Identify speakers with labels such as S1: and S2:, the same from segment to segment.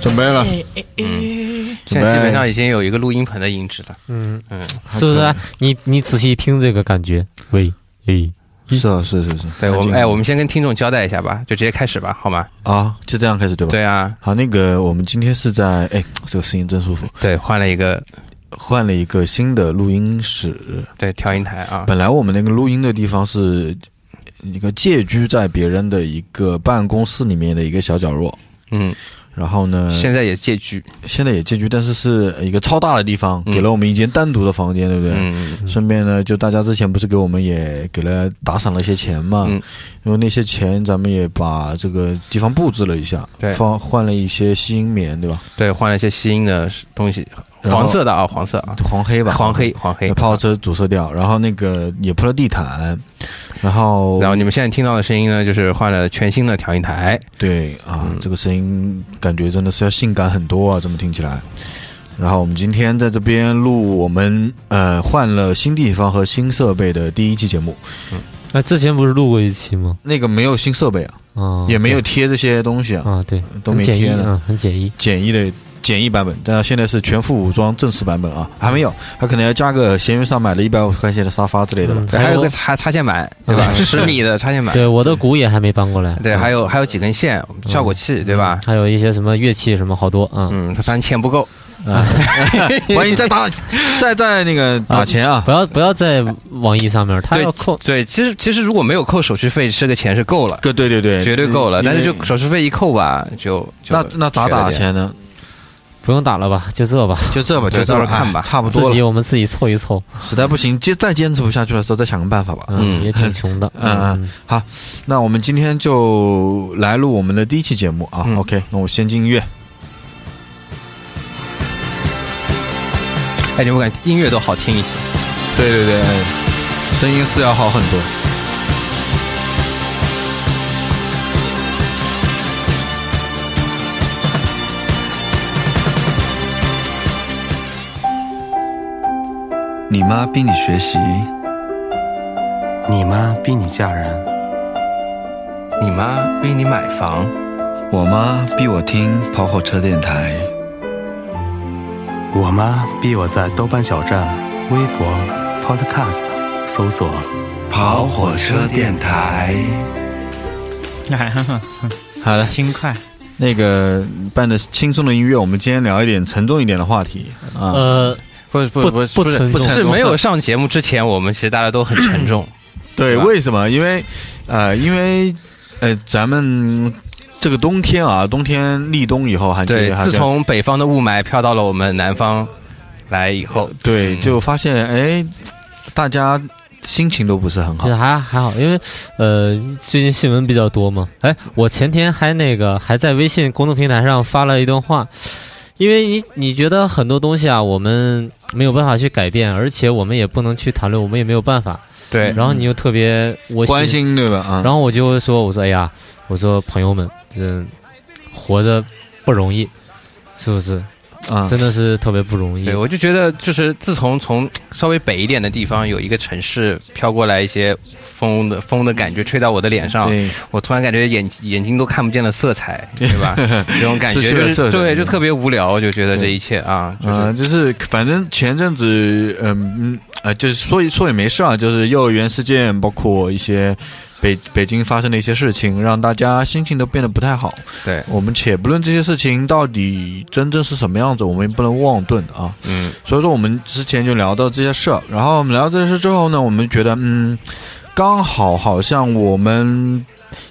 S1: 准备了，嗯
S2: 现在基本上已经有一个录音棚的音质了。
S3: 嗯，
S2: 嗯，
S4: 是不是啊？你你仔细听这个感觉，喂，哎诶，
S1: 是啊，是是是，
S2: 对我
S1: 那
S2: 们
S1: 就
S2: 哎，我们先跟听众交代一下吧，就直接开始吧，好吗？
S1: 啊，就这样开始对吧？。
S2: 对啊，
S1: 好，那个我们今天是在哎，这个声音真舒服，
S2: 对，换了一个
S1: 换了一个新的录音室。
S2: 对调音台啊，
S1: 本来我们那个录音的地方是一个借居在别人的一个办公室里面的一个小角落，
S2: 嗯，
S1: 然后呢，
S2: 现在也借据，
S1: 现在也借居，但是是一个超大的地方，
S2: 嗯
S1: 给了我们一间单独的房间，对不对？
S2: 嗯，
S1: 顺便呢，就大家之前不是给我们也给了打赏了一些钱嘛，
S2: 嗯
S1: 因为那些钱咱们也把这个地方布置了一下，
S2: 对
S1: 放换了一些吸音棉，对吧？
S2: 对，换了一些新的东西，
S1: 然后
S2: 黄色的啊，黄色啊，
S1: 黄黑吧，
S2: 黄黑黄黑。
S1: 泡泡车主色调，然后那个也铺了地毯，然后
S2: 然后你们现在听到的声音呢，就是换了全新的调音台，
S1: 对啊，
S2: 嗯
S1: 这个声音感觉真的是要性感很多啊，这么听起来。然后我们今天在这边录我们呃换了新地方和新设备的第一期节目，
S4: 那之前不是录过一期吗？
S1: 那个没有新设备啊，
S2: 哦
S4: 啊，
S1: 也没有贴这些东西啊，
S4: 啊，对，
S1: 都
S4: 很
S1: 没
S4: 简易
S1: 贴呢，
S4: 啊，很简易。
S1: 简易的简易版本，但现在是全副武装正式版本啊，还没有，还可能要加个闲鱼上买了一百五十块钱的沙发之类的吧。
S4: 嗯
S2: 对还有
S4: 我
S2: 个插插线板，对吧？ 十米的插线板，
S4: 对，我的鼓也还没搬过来。
S2: 对，
S4: 嗯
S2: 还有还有几根线，效果器，对吧
S4: 嗯？还有一些什么乐器什么好多啊。嗯
S2: 嗯，他反正钱不够，
S1: 啊，欢迎再打，再再那个打钱啊！
S4: 不要不要在网易上面，他
S2: 对
S4: 要扣
S2: 对，其实其实如果没有扣手续费，这个钱是够了，
S1: 哥，对对对，
S2: 绝对够了。
S1: 因为
S2: 但是就手续费一扣吧，就就
S1: 那那咋打
S2: 缺了点？
S1: 钱呢？
S4: 不用打了吧，就这吧，
S1: 就这吧，
S2: 对
S1: 就这
S2: 到时候看吧
S1: 哎差不
S4: 自
S1: 多
S4: 己
S1: 了。
S4: 我们自己凑一凑，
S1: 实在不行，坚再坚持不下去的时候，再想个办法吧。
S4: 嗯，
S2: 嗯
S4: 也挺穷的，
S1: 嗯
S4: 嗯，
S1: 那我们今天就来录我们的第一期节目啊。
S2: 嗯
S1: OK，那我先进音乐。
S2: 哎，你们感觉音乐都好听一些。
S1: 对对对，哎声音是要好很多。
S5: 你妈逼你学习，
S6: 你妈逼你嫁人，你妈逼你买房，
S5: 我妈逼我听跑火车电台，
S6: 我妈逼我在豆瓣小站、微博、Podcast 搜索
S5: 跑火车电台。
S7: 哎呀，
S1: 好 的，
S7: 轻快，
S1: 那个伴着轻松的音乐，我们今天聊一点沉重一点的话题啊。
S4: 呃，
S2: 不不不
S4: 不不
S2: 是
S4: 沉
S2: 不
S4: 重
S2: 是没有上节目之前，我们其实大家都很沉重。
S1: 对，
S2: 对吧
S1: 为什么？因为，呃，因为，呃，咱们这个冬天啊，冬天立冬以后，还
S2: 对，
S1: 还
S2: 自从北方的雾霾飘到了我们南方来以后，
S1: 对
S2: 嗯
S1: 就发现哎，大家心情都不是很
S4: 其
S1: 好
S2: 啊
S4: 实。还还好，因为呃，最近新闻比较多嘛。哎，我前天还那个还在微信公众平台上发了一段话，因为你你觉得很多东西啊，我们没有办法去改变，而且我们也不能去谈论，我们也没有办法。
S2: 对，
S4: 然后你又特别我
S1: 关心对吧？啊，
S4: 然后我就说：“我说哎呀，我说朋友们，嗯，活着不容易，是不是？
S1: 啊，
S4: 真的是特别不容易
S2: 对，。我就觉得就是自从从稍微北一点的地方有一个城市飘过来一些风的风的感觉吹到我的脸上，
S1: 对，
S2: 我突然感觉眼眼睛都看不见了色彩，对 吧？这种感
S1: 失
S2: 觉
S1: 去了
S2: 就
S1: 色
S2: 是
S1: 彩嗯
S2: 对，就特别无聊，我就觉得这
S1: 对
S2: 一切啊，就
S1: 啊，
S2: 是
S1: 就是反正前阵子，嗯嗯，呃，就是说说也没事啊，就是幼儿园事件，包括一些北北京发生的一些事情，让大家心情都变得不太好。
S2: 对，
S1: 我们且不论这些事情到底真正是什么样子，我们也不能妄论啊。
S2: 嗯，
S1: 所以说，我们之前就聊到这些事儿，然后我们聊到这些事之后呢，我们觉得，嗯，刚好好像我们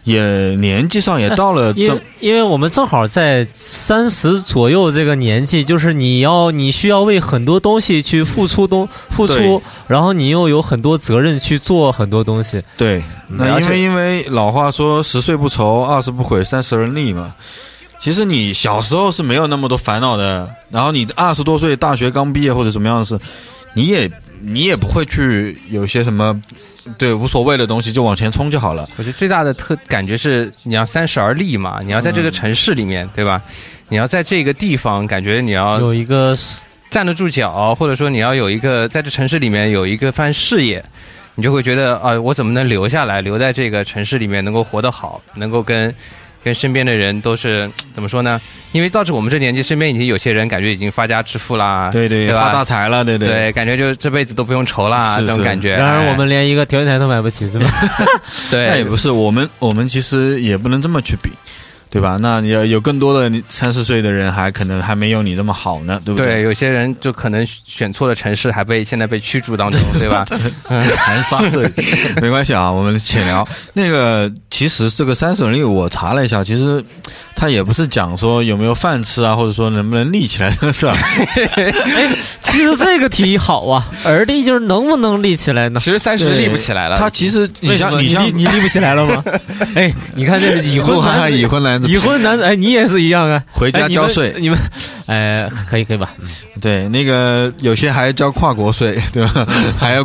S1: 也年纪上也到 了
S4: 因
S1: 这
S4: 为，因为我们正好在三十左右这个年纪，就是你要你需要为很多东西去付出东付
S1: 对
S4: 出，然后你又有很多责任去做很多东西。
S1: 对，那
S2: 而
S1: 因
S2: 且
S1: 为因为老话说十岁不愁，二十不悔，三十而立嘛。其实你小时候是没有那么多烦恼的，然后你二十多岁，大学刚毕业或者怎么样的事，你也你也不会去有些什么对无所谓的东西，就往前冲就好了。
S2: 我觉得最大的特感觉是，你要三十而立嘛，你要在这个城市里面，对吧？你要在这个地方，感觉你
S1: 啊
S2: 要
S4: 有一个
S2: 站得住脚，或者说你要有一个在这城市里面有一个番事业，你就会觉得啊、我怎么能留下来，留在这个城市里面能够活得好，能够跟跟身边的人都是怎么说呢？因为到这我们这年纪，身边已经有些人感觉已经发家致富啦，
S1: 对对，
S2: 哎对吧
S1: 发大财了，对
S2: 对，感觉就这辈子都不用愁啦，
S1: 是
S2: 这
S1: 是
S2: 种感觉。
S4: 然而
S2: 哎
S4: 我们连一个调音台都买不起，是吧？ 哎
S1: 那也
S2: 对
S1: 不是，我们我们其实也不能这么去比，对吧？那你要有更多的三十岁的人还可能还没有你这么好呢，对不
S2: 对，？有些人就可能选错了城市，还被现在被驱逐当中，对吧？
S1: 含沙射影，没关系啊，我们浅聊。那个，其实这个三省六，我查了一下，其实他也不是讲说有没有饭吃啊，或者说能不能立起来的事儿。
S4: 其实这个提议好啊，而立就是能不能立起来呢？
S2: 其实三十
S1: 对
S2: 立不起来了。
S1: 他其实你
S4: 为什
S1: 像
S4: 么
S1: 像
S4: 立你立不起来 了吗？哎，你看这已
S1: 已
S4: 婚
S1: 婚
S4: 男
S1: 还
S4: 子
S1: 已婚男子
S4: 已婚男子，哎，你也是一样啊，
S1: 回家
S4: 哎
S1: 交税
S4: 你们你们哎，可以可以吧？
S1: 对那个有些还交跨国税，对吧？ 还要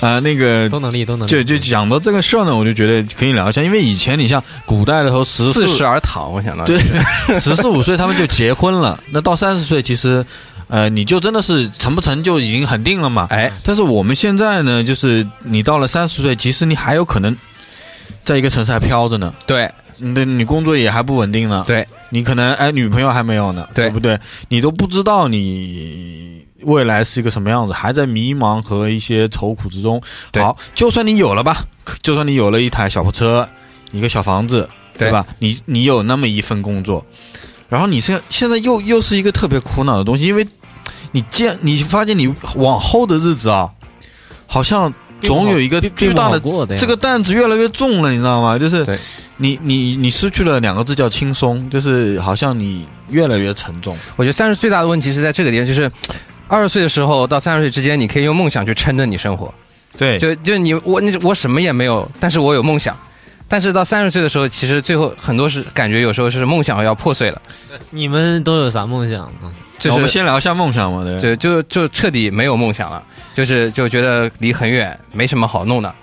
S1: 啊、那个
S4: 都能立，
S2: 嗯
S4: 都能立。
S1: 就就讲到这个事儿呢，我就觉得可以聊一下，因为以前你像古代的时候十四
S2: 四十而躺，我想到
S1: 对 十四五岁他们就结婚了，那到三十岁其实，呃，你就真的是成不成就已经很定了嘛。
S2: 哎，
S1: 但是我们现在呢，就是你到了三十岁，其实你还有可能在一个城市还飘着呢，
S2: 对
S1: 你的你工作也还不稳定呢，
S2: 对，
S1: 你可能哎女朋友还没有呢，
S2: 对
S1: 不对？你都不知道你未来是一个什么样子，还在迷茫和一些愁苦之中。
S2: 对
S1: 好，就算你有了吧，就算你有了一台小破车，一个小房子，对
S2: 对
S1: 吧？你你有那么一份工作，然后你现现在又又是一个特别苦恼的东西，因为你见你发现你往后的日子啊，好像总有一个
S4: 并
S1: 巨大的
S4: 并不好过呀
S1: 这个担子越来越重了，你知道吗？就是
S2: 啊对
S1: 你你你失去了两个字叫轻松，就是好像你越来越沉重。
S2: 我觉得三十最大的问题是在这个点，就是二十岁的时候到三十岁之间，你可以用梦想去撑着你生活。
S1: 对
S2: 就就你我你我什么也没有，但是我有梦想。但是到三十岁的时候，其实最后很多是感觉有时候是梦想要破碎了，
S4: 你们都有啥梦想啊？
S2: 就
S1: 那我们
S2: 是
S1: 先聊一下梦想嘛，对吧。
S2: 就就就彻底没有梦想了，就是就觉得离很远，没什么好弄的，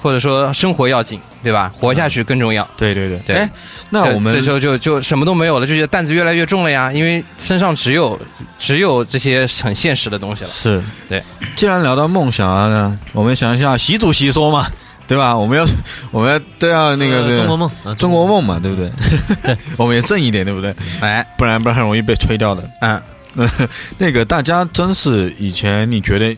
S2: 或者说生活要紧，对吧？活下去更重要。
S1: 对对对
S2: 对
S1: 哎，那
S2: 这
S1: 我们
S2: 这时候就就什么都没有了，就觉得担子越来越重了呀，因为身上只有只有这些很现实的东西了。
S1: 是
S2: 对。
S1: 既然聊到梦想啊，那我们想一下习主席说嘛，对吧？我们要 我们要都要那个、
S4: 呃
S1: 对
S4: 中国梦，啊
S1: 中国，梦嘛，对不对？
S4: 对，
S1: 我们也正一点，对不对？
S2: 哎，
S1: 不然不然很容易被吹掉的。
S2: 嗯，
S1: 那个大家真是以前你觉得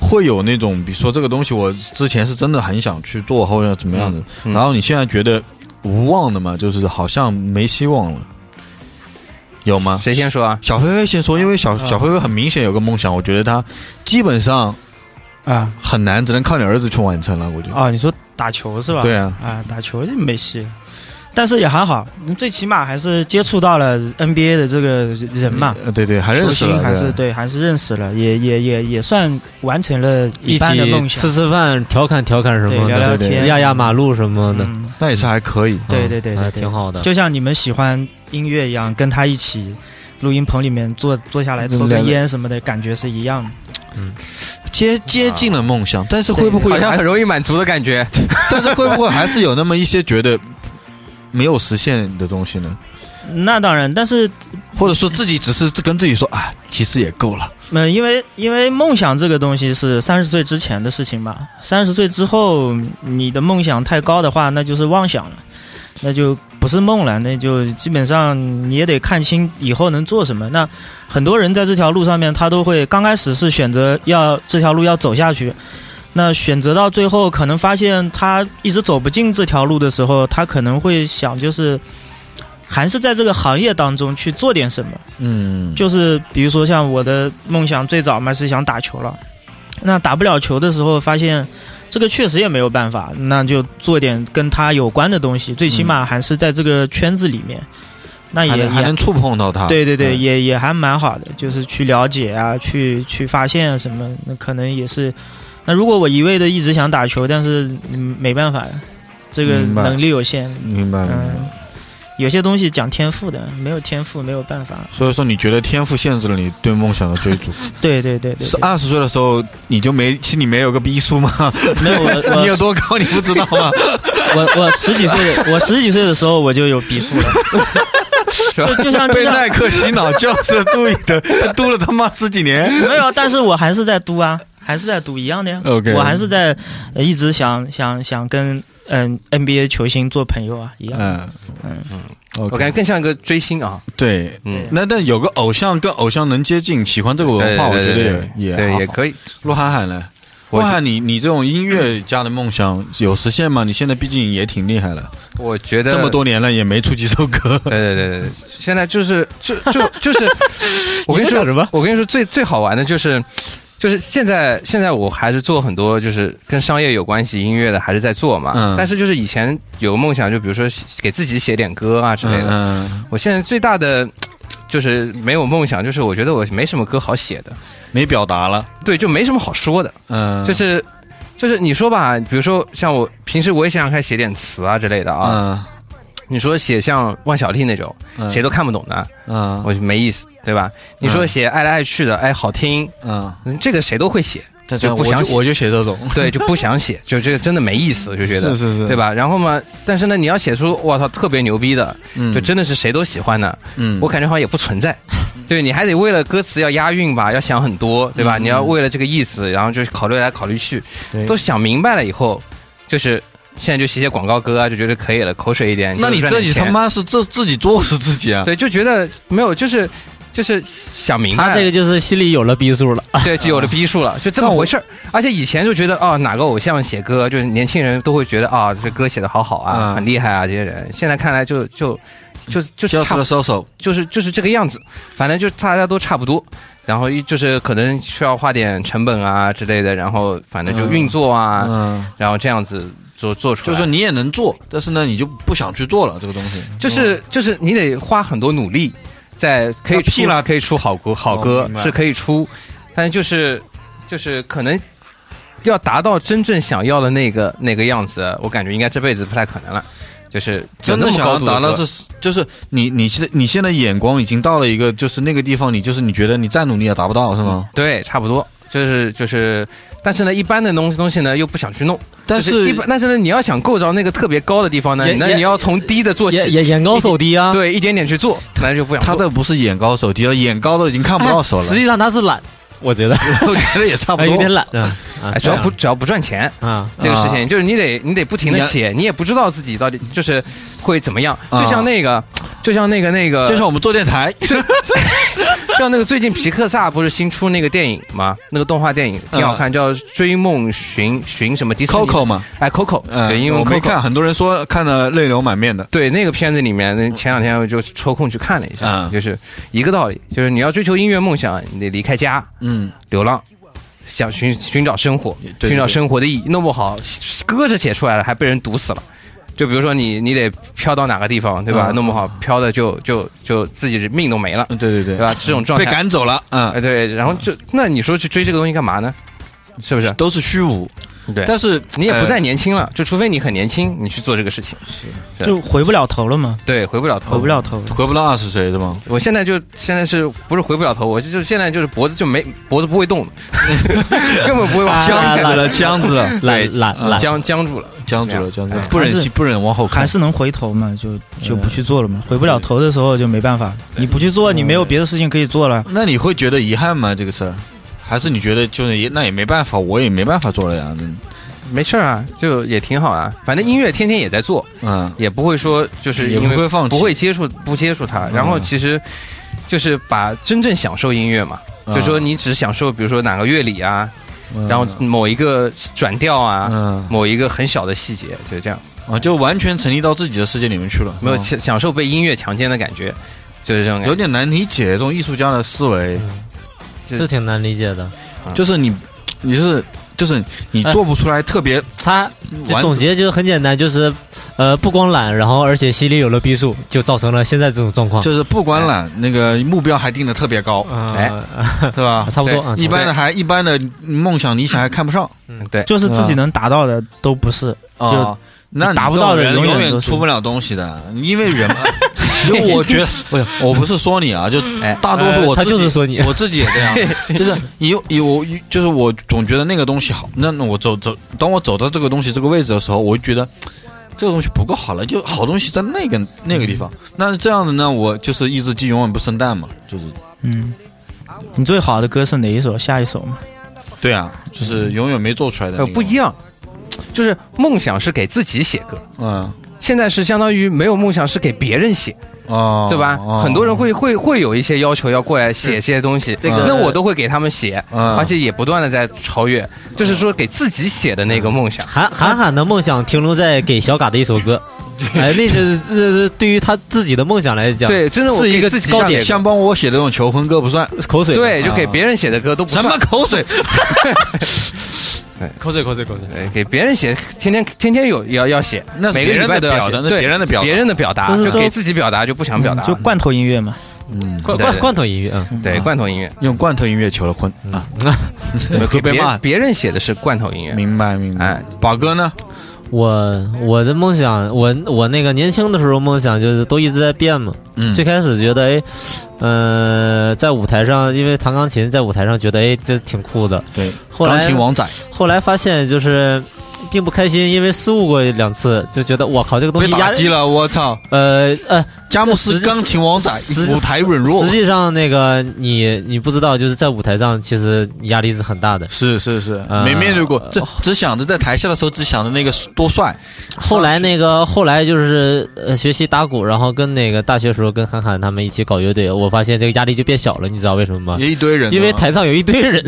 S1: 会有那种，比如说这个东西，我之前是真的很想去做，或者怎么样的，
S2: 嗯嗯
S1: 然后你现在觉得无望的嘛，就是好像没希望了，有吗？
S2: 谁先说啊？
S1: 小飞飞先说，因为小小飞飞很明显有个梦想，我觉得他基本上
S7: 啊
S1: 很难，只能靠你儿子去完成了。我觉得，
S7: 啊！你说打球是吧？
S1: 对啊，
S7: 啊，打球就没戏，但是也还好，最起码还是接触到了 NBA 的这个人嘛，
S1: 呃对对，还认
S7: 球
S1: 识
S7: 星
S1: 了，
S7: 还是
S1: 对啊
S7: 对，还是认识了，也也也也算完成了
S4: 一
S7: 一般的梦
S4: 起
S7: 想嗯
S4: 吃。吃饭，调侃调侃什么
S7: 对聊聊
S4: 的，
S1: 对对
S7: 天
S4: 压压马路什么的，
S7: 嗯，
S1: 那也是还可以。
S7: 对
S4: 嗯
S7: 对对
S4: 还
S7: 对对
S4: 挺好的。
S7: 就像你们喜欢音乐一样，跟他一起录音棚里面坐坐下来抽
S1: 聊聊
S7: 根烟什么的感觉是一样的。
S1: 接接近了梦想，但是会不会
S2: 好像
S1: 还是
S2: 很容易满足的 感觉。
S1: 但是会不会还是有那么一些觉得没有实现的东西呢？
S7: 那当然，但是
S1: 或者说自己只是跟自己说啊，其实也够了。
S7: 嗯，因为因为梦想这个东西是三十岁之前的事情吧，三十岁之后你的梦想太高的话，那就是妄想了，那就不是梦了，那就基本上你也得看清以后能做什么。那很多人在这条路上面，他都会刚开始是选择要这条路要走下去，那选择到最后，可能发现他一直走不进这条路的时候，他可能会想就是。还是在这个行业当中去做点什么，
S1: 嗯，
S7: 就是比如说像我的梦想最早嘛是想打球了，那打不了球的时候发现。这个确实也没有办法，那就做点跟他有关的东西，最起码还是在这个圈子里面，那
S1: 嗯还
S7: 也
S1: 能还
S7: 也
S1: 能触碰到它。
S7: 对对对，
S1: 嗯
S7: 也也还蛮好的，就是去了解啊，去去发现啊什么，那可能也是。那如果我一味的一直想打球，但是嗯没办法，这个
S1: 明白
S7: 能力有限，
S1: 明白明白。
S7: 嗯，有些东西讲天赋的，没有天赋没有办法。
S1: 所以说，你觉得天赋限制了你对梦想的追逐？
S7: 对对对对对，
S1: 是二十岁的时候，你就没心里没有个逼数吗？
S7: 没 有我
S1: 你有
S7: 我
S1: 多高，你不知道吗？
S7: 我我十几岁的我十几岁的时候我就有笔数了， 就就像就
S1: 被
S7: 像
S1: 耐克洗脑，就是杜宇的，他嘟了他妈十几年。
S7: 没有，但是我还是在读啊，还是在赌一样的呀。
S1: OK
S7: 我还是在、呃一直想想想跟嗯、NBA 球星做朋友啊，一样。
S1: 嗯
S7: 嗯
S1: 嗯，
S2: 我感觉更像一个追星啊，
S1: 对。
S2: 嗯，
S1: 那但有个偶像跟偶像能接近，喜欢这个文化，我
S2: 对
S1: 觉
S2: 对
S1: 得
S2: 对
S1: 也啊也
S2: 对
S1: 还
S2: 也
S1: 好
S2: 可以。
S1: 鹿晗喊呢？鹿
S2: 我
S1: 晗，你你这种音乐家的梦想有实现吗？你现在毕竟也挺厉害 了，
S2: 我觉得
S1: 这么，多年了也没出几首歌。
S2: 对对对对对，现在就是就就 就是，我跟你说
S4: 你在想什么
S2: 我跟你说最最好玩的就是。就是现在，现在我还是做很多就是跟商业有关系音乐的，还是在做嘛。
S1: 嗯
S2: 但是就是以前有个梦想，就比如说写给自己写点歌啊之类
S1: 嗯
S2: 的。
S1: 嗯，
S2: 我现在最大的就是没有梦想，就是我觉得我没什么歌好写的，
S1: 没表达了。
S2: 对，就没什么好说的，
S1: 嗯，
S2: 就是。就是你说吧，比如说像我平时我也想想看写点词啊之类的啊。
S1: 嗯
S2: 你说写像万晓利那种，
S1: 嗯
S2: 谁都看不懂的，
S1: 嗯
S2: 我就没意思，对吧？你说写爱来爱去的，哎，好听，
S1: 嗯，
S2: 这个谁都 会写，
S1: 但是
S2: 就
S1: 我
S2: 不想
S1: 就
S2: 写，
S1: 我就写这种，
S2: 对，就不想写，就这个真的没意思，我就觉得
S1: 是，是是，
S2: 对？吧？然后嘛，但是呢，你要写出我操特别牛逼的，
S1: 嗯，
S2: 就真的是谁都喜欢的，
S1: 嗯，
S2: 我感觉好像也不存 在。对你还得为了歌词要押韵吧，要想很多，对吧？你要为了这个意思，然后就考虑来考虑去
S1: 嗯对，
S2: 都想明白了以后，就是现在就写写广告歌啊，就觉得可以了，口水一点。
S1: 那你
S2: 就
S1: 自
S2: 赚
S1: 己
S2: 点
S1: 他
S2: 钱
S1: 妈是自自己作死自己啊？
S2: 对，就觉得没有，就是就是想明白
S4: 他
S2: 了，
S4: 这个就是心里有了逼数了。
S2: 对就有了逼数 了，就这么回事儿。而且以前就觉得哦，哪个偶像写歌，就是年轻人都会觉得啊、这歌写的好好啊，
S1: 嗯
S2: 很厉害啊，这些人。现在看来就就就就
S1: 就是
S2: 差不
S1: 个收手，
S2: 就是就是这个样子，反正就大家都差不多。然后一就是可能需要花点成本啊之类的，然后反正就
S1: 嗯
S2: 运作啊，
S1: 嗯，
S2: 然后这样子做做出
S1: 就
S2: 来。
S1: 是你也能做，但是呢，你就不想去做了这个东西，
S2: 就是就是你得花很多努力，在可以
S1: 那屁
S2: 出
S1: 啦
S2: 可以出好歌好
S1: 哦
S2: 歌
S1: 明白
S2: 是可以出，但是就是就是可能要达到真正想要的那个那个样子，我感觉应该这辈子不太可能了。就是有
S1: 真的
S2: 那么
S1: 想
S2: 高
S1: 要
S2: 度的
S1: 达到
S2: 歌
S1: 是，就是你你现在你现在眼光已经到了一个，就是那个地方，你就是你觉得你再努力也达不到是吗？
S2: 对，差不多就是就是，但是呢，一般的东西东西呢又不想去弄，
S1: 但
S2: 就是一般，但是呢，你要想构造那个特别高的地方呢，
S4: 也
S2: 那
S4: 也
S2: 你要从低的做
S4: 眼
S2: 起，
S4: 眼眼高手低啊！
S2: 对，一点点去做，那就不想
S1: 他
S2: 做
S1: 这不是眼高手低了，眼高都已经看不到手了，
S2: 哎
S1: 呃
S4: 实际上他是懒，我觉得
S1: 我觉得也差不
S4: 哎 有点
S1: 多。
S4: 懒啊。啊
S2: 哎只要不只要不赚钱，
S4: 啊，
S2: 这个事情，就是你得你得不停的写，你也不知道自己到底就是会怎么样。
S1: 啊
S2: 就像那个，就像那个那个，
S1: 就
S2: 就
S1: 像我们做电 台，
S2: 像那个最近皮克萨不是新出那个电影吗？那个动画电影挺好看，叫《追梦寻寻什么迪士尼》
S1: Coco 嘛，
S2: 哎，Coco，
S1: 嗯，
S2: 对，英文
S1: 我没
S2: Coco。
S1: 看，很多人说看的泪流满面的，
S2: 对那个片子里面，那前两天我就抽空去看了一下，
S1: 嗯
S2: 就是一个道理，就是你要追求音乐梦想，你得离开家，
S1: 嗯，
S2: 流浪，想寻寻找生活，
S1: 对
S2: 寻找
S1: 对
S2: 生活的意义。弄不好歌是写出来了，还被人毒死了。就比如说你，你得飘到哪个地方，对吧？
S1: 嗯
S2: 弄不好飘的就就就自己的命都没了，
S1: 嗯对对对，
S2: 对吧？这种状
S1: 被
S2: 态，
S1: 赶走了，嗯
S2: 哎，，对，然后就那你说去追这个东西干嘛呢？是不是？
S1: 都是虚无，
S2: 对，
S1: 但呃是
S2: 你也不
S1: 在。
S2: 再年轻了，就除非你很年轻，你去做这个事情，对
S7: 就回不了头了嘛，
S2: 对，回不了
S7: 回
S2: 头
S7: 不。了头了。
S1: 呃回不到二十岁是吗？
S2: 我现在就现在是不是回不了头？我就现在就是脖子就没脖子不会动， 根本不会往
S4: 啊
S2: 僵
S4: 僵
S2: 直
S4: 直
S2: 了，
S1: 了，僵直了，
S2: 对
S4: 懒懒懒
S2: 僵僵住了。
S1: 僵住了，僵住了
S2: 哎，
S1: 不忍
S7: 还
S1: 心，
S7: 是
S1: 不忍往后
S7: 还
S1: 看。
S7: 是能回头嘛，
S1: 嗯
S7: 就就不去做了嘛。回不了头的时候就没办法，你不去做，你没有别的事情可以做了。
S1: 那你会觉得遗憾吗？这个事儿，还是你觉得就是也那也没办法，我也没办法做了呀。
S2: 没事儿啊，就也挺好啊。反正音乐天天也在做，
S1: 嗯，
S2: 也不会说就是
S1: 也
S2: 因
S1: 不
S2: 为
S1: 会放弃，嗯
S2: 不会接触不接触它。然后其实就是把真正享受音乐嘛，
S1: 嗯，
S2: 就说你只享受比如说哪个乐理啊，
S1: 嗯，
S2: 然后某一个转调啊，
S1: 嗯
S2: 某一个很小的细节，就这样，
S1: 啊，就完全沉溺到自己的世界里面去了。
S2: 没有
S1: 嗯
S2: 享享受被音乐强奸的感觉，就是这种感嗯
S1: 有
S2: 觉。
S1: 点难理解这种艺术家的思维，
S4: 是挺难理解的。
S1: 就是你，你是就是你
S4: 哎
S1: 做不出来特别
S4: 他
S1: 完
S4: 总结就很简单，就是呃不光懒，然后而且心里有了逼数，就造成了现在这种状况。
S1: 就是不管懒，那个目标还定的特别高，
S4: 啊
S2: 哎
S1: 对吧？
S4: 差不多啊，
S1: 一般
S2: 嗯对
S1: 的还一般的梦想理想还看不上，
S2: 对，
S7: 就是自
S1: 嗯
S7: 己能达到的都不是，
S2: 嗯
S1: 啊，那你
S7: 达不
S1: 这种
S7: 到的
S1: 人
S7: 永远
S1: 永
S7: 都
S1: 远
S7: 是
S1: 出不了东西的，因为人嘛， 因为我觉得，不是，我不是说你啊，就
S2: 哎
S1: 大多数我
S4: 他
S1: 自己
S4: 就是说你
S1: 我自己也 这样，就是以以我就是我总觉得那个东西好，那那我走走，当我走到这个东西这个位置的时候，我就觉得。这个东西不够好了，就好东西在那个那个地
S2: 嗯
S1: 方。那这样子呢，我就是意志机永远不生蛋嘛，就是
S7: 嗯。你最好的歌是哪一首？下一首嘛？
S1: 对啊，就是永远没做出来的那
S2: 呃，
S1: 个、
S2: 不一样，就是梦想是给自己写歌，
S1: 嗯，
S2: 现在是相当于没有梦想是给别人写，
S1: 哦，
S2: 对吧？
S1: 哦
S2: 很多人会会会有一些要求要过来写些东西，
S1: 这个
S2: 那我都会给他们写，
S1: 嗯
S2: 而且也不断的在超越，就是说给自己写的那个梦
S1: 嗯
S2: 想。
S4: 韩韩寒的梦想停留在给小嘎的一首歌，哎，那是这是对于他自己的梦想来讲，
S2: 对，真的我
S4: 是一
S2: 给
S4: 个
S2: 自己
S4: 高
S2: 写
S4: 点
S2: 的
S1: 哦像帮我写的这种求婚歌不算
S4: 口水，
S2: 对，就给别人写的歌都不
S1: 嗯什
S2: 算
S1: 么口 水，
S4: 口水口水口水。
S2: 对，给别人写，天天天天有要要写，
S1: 那是
S2: 每个
S1: 别人
S2: 礼拜
S1: 的
S2: 都要
S1: 表
S2: 写
S1: 达，，那
S2: 对
S1: 别人的表达，
S2: 别人的表达，
S7: 就是
S2: 就
S7: 都嗯
S2: 给自己表达就不想表达，
S7: 就罐头音乐嘛。
S1: 嗯，
S2: 对
S4: 罐罐
S2: 对
S4: 罐头音乐，嗯，
S2: 对罐头音乐，
S1: 用罐头音乐求了婚
S2: 嗯
S1: 啊，
S2: 对
S1: 会
S2: 给
S1: 被
S2: 别
S1: 骂。
S2: 别人写的是罐头音乐，
S1: 明白明白
S2: 哎。
S1: 宝哥呢？
S4: 我我的梦想，我我那个年轻的时候梦想就是都一直在变嘛。
S1: 嗯
S4: 最开始觉得哎，呃，在舞台上，因为弹钢琴，在舞台上觉得哎这挺酷的。
S1: 对，
S4: 后来
S1: 钢琴王仔，
S4: 后来发现就是并不开心，因为失误过两次，就觉得我靠这个东
S1: 被
S4: 西
S1: 打
S4: 压
S1: 击了，我操！
S4: 呃呃
S1: 佳木
S4: 实
S1: 斯
S4: 际
S1: 钢琴王仔，
S4: 实
S1: 舞台软弱
S4: 实，际上那个你你不知道，就是在舞台上其实压力是很大的。
S1: 是是是，
S4: 呃
S1: 没面对过，这只想着在台下的时候只想着那个多帅，
S4: 后来那个后来就是呃学习打鼓，然后跟那个大学时候跟韩寒他们一起搞乐队，我发现这个压力就变小了，你知道为什么吗？
S1: 也一堆人，
S4: 啊因为
S1: 对吧
S4: 台上有一堆 人，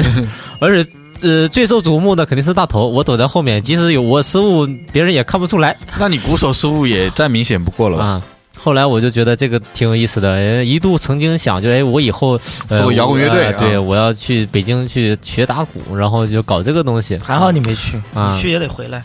S4: 而且。呃，最受瞩目的肯定是大头，我躲在后面，即使有我失误，别人也看不出来
S1: 那你鼓手失误也再明显不过了吧？
S4: 啊。后来我就觉得这个挺有意思的，呃一度曾经想就哎，我以后、呃、
S1: 做摇滚乐
S4: 我
S1: 队
S4: 呃
S1: 啊
S4: 对，我要去北京去学打鼓，然后就搞这个东西。
S7: 还好你没去，
S4: 啊
S7: 你去也得回来。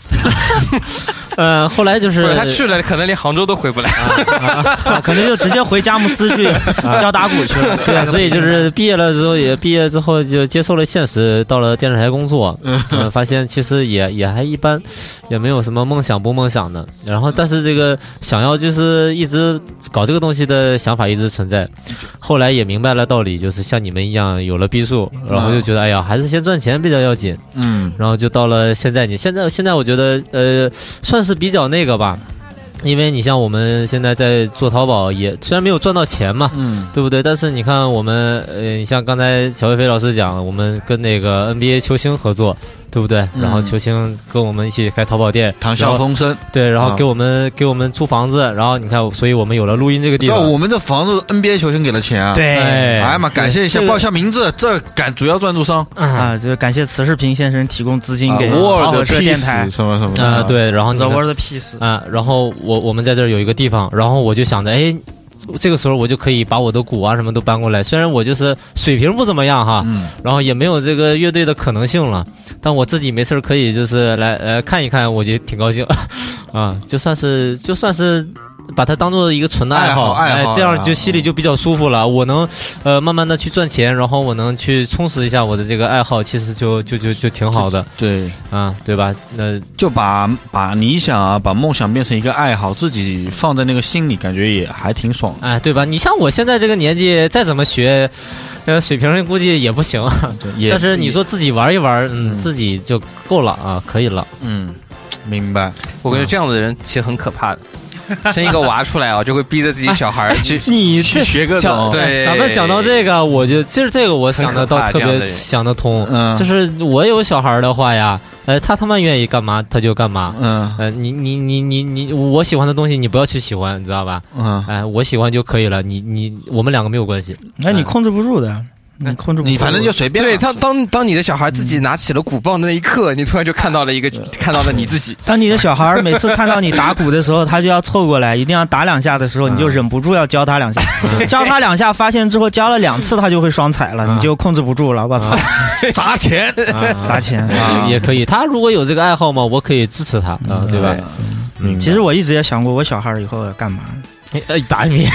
S4: 呃，后来就是
S2: 不是他去了，可能连杭州都回不来。
S7: 啊可能就直接回佳木斯去 教打鼓去了。
S4: 对啊，所
S2: 嗯
S4: 以就是毕业了之后，也毕业之后就接受了现实，到了电视台工作，嗯、发现其实也也还一般，也没有什么梦想不梦想的。然后，但是这个想要就是一直搞这个东西的想法一直存在。后来也明白了道理，就是像你们一样有了逼数，然
S2: 啊
S4: 后就觉得哎呀，还是先赚钱比较要紧。
S1: 嗯，
S4: 然后就到了现在，你现在现在我觉得呃，算是比较那个吧。因为你像我们现在在做淘宝也，虽然没有赚到钱嘛，
S1: 嗯，
S4: 对不对？但是你看，我们呃，你像刚才乔飞飞老师讲，我们跟那个 NBA 球星合作，对不对？
S1: 嗯
S4: 然后球星跟我们一起开淘宝店，
S1: 谈
S4: 然
S1: 笑
S4: 后
S1: 风生。
S4: 对，然后
S1: 啊
S4: 给我们、给我们租房子，然后你看，所以我们有了录音这个地
S1: 对啊，
S4: 方。
S1: 我们这房子 NBA 球星给了钱啊。，
S7: 对
S1: 哎
S4: 哎
S1: 呀妈，哎感谢一下，
S4: 这个
S1: 报一下名字，这感主要赞助商
S4: 啊
S7: 啊，就是感谢慈世平先生提供资金给跑
S1: World
S7: 火车电台
S1: Peace 什么什么的
S4: 啊，，对，然后你
S7: The
S4: 看
S7: World Peace。
S4: 啊，然后我我们在这儿有一个地方，然后我就想着，哎，这个时候我就可以把我的鼓啊什么都搬过来。虽然我就是水平不怎么样哈，
S1: 嗯
S4: 然后也没有这个乐队的可能性了，但我自己没事儿可以就是来呃看一看，我就挺高兴 啊，就算是就算是。把它当做一个纯的爱好，
S1: 爱好爱好
S4: 哎，这样就心里就比较舒服了。我能，呃，慢慢的去赚钱，然后我能去充实一下我的这个爱好，其实就就就就挺好的
S1: 对，
S4: 啊，对吧？那
S1: 就把把理想啊，把梦想变成一个爱好，自己放在那个心里，感觉也还挺爽的。
S4: 哎，对吧？你像我现在这个年纪，再怎么学，呃，水平估计也不行。
S1: 对也
S4: 但是你说自己玩一玩，嗯，
S1: 嗯
S4: 自己就够了啊，可以了。
S1: 嗯，明白。
S2: 我感觉这样的人其实很可怕的，生一个娃出来啊，就会逼着自己小孩儿去。
S4: 你
S1: 去学个
S4: 讲
S1: 懂，
S2: 对
S4: 咱们讲到这个，我就其实这个我想的
S2: 很可
S4: 倒
S2: 怕这
S4: 特
S2: 样的
S4: 别
S2: 人
S4: 想得通，
S1: 嗯
S4: 就是我有小孩的话呀，呃，他他妈愿意干嘛他就干嘛。
S1: 嗯
S4: 呃，你你你你你，我喜欢的东西你不要去喜欢，你知道吧？
S1: 嗯，
S4: 哎、我喜欢就可以了。你你我们两个没有关系。
S7: 那你控制不住的，哎你控制不住。
S1: 你反正就随便。
S2: 对他，当当你的小孩自己拿起了鼓棒的那一刻，你突然就看到了一个，看到了你自己。
S7: 当你的小孩儿每次看到你打鼓的时候，他就要凑过来，一定要打两下的时候，你就忍不住要教他两 下。教他两下，发现之后教了两次，他就会双踩了，你就控制不住了。我操，
S1: 砸钱，
S7: 砸钱！
S1: 啊嗯
S4: 也可以。他如果有这个爱好嘛，我可以支持他啊，对吧？
S1: 明白
S7: 嗯其实我一直也想过，我小孩儿以后要干嘛？
S4: 呃，打你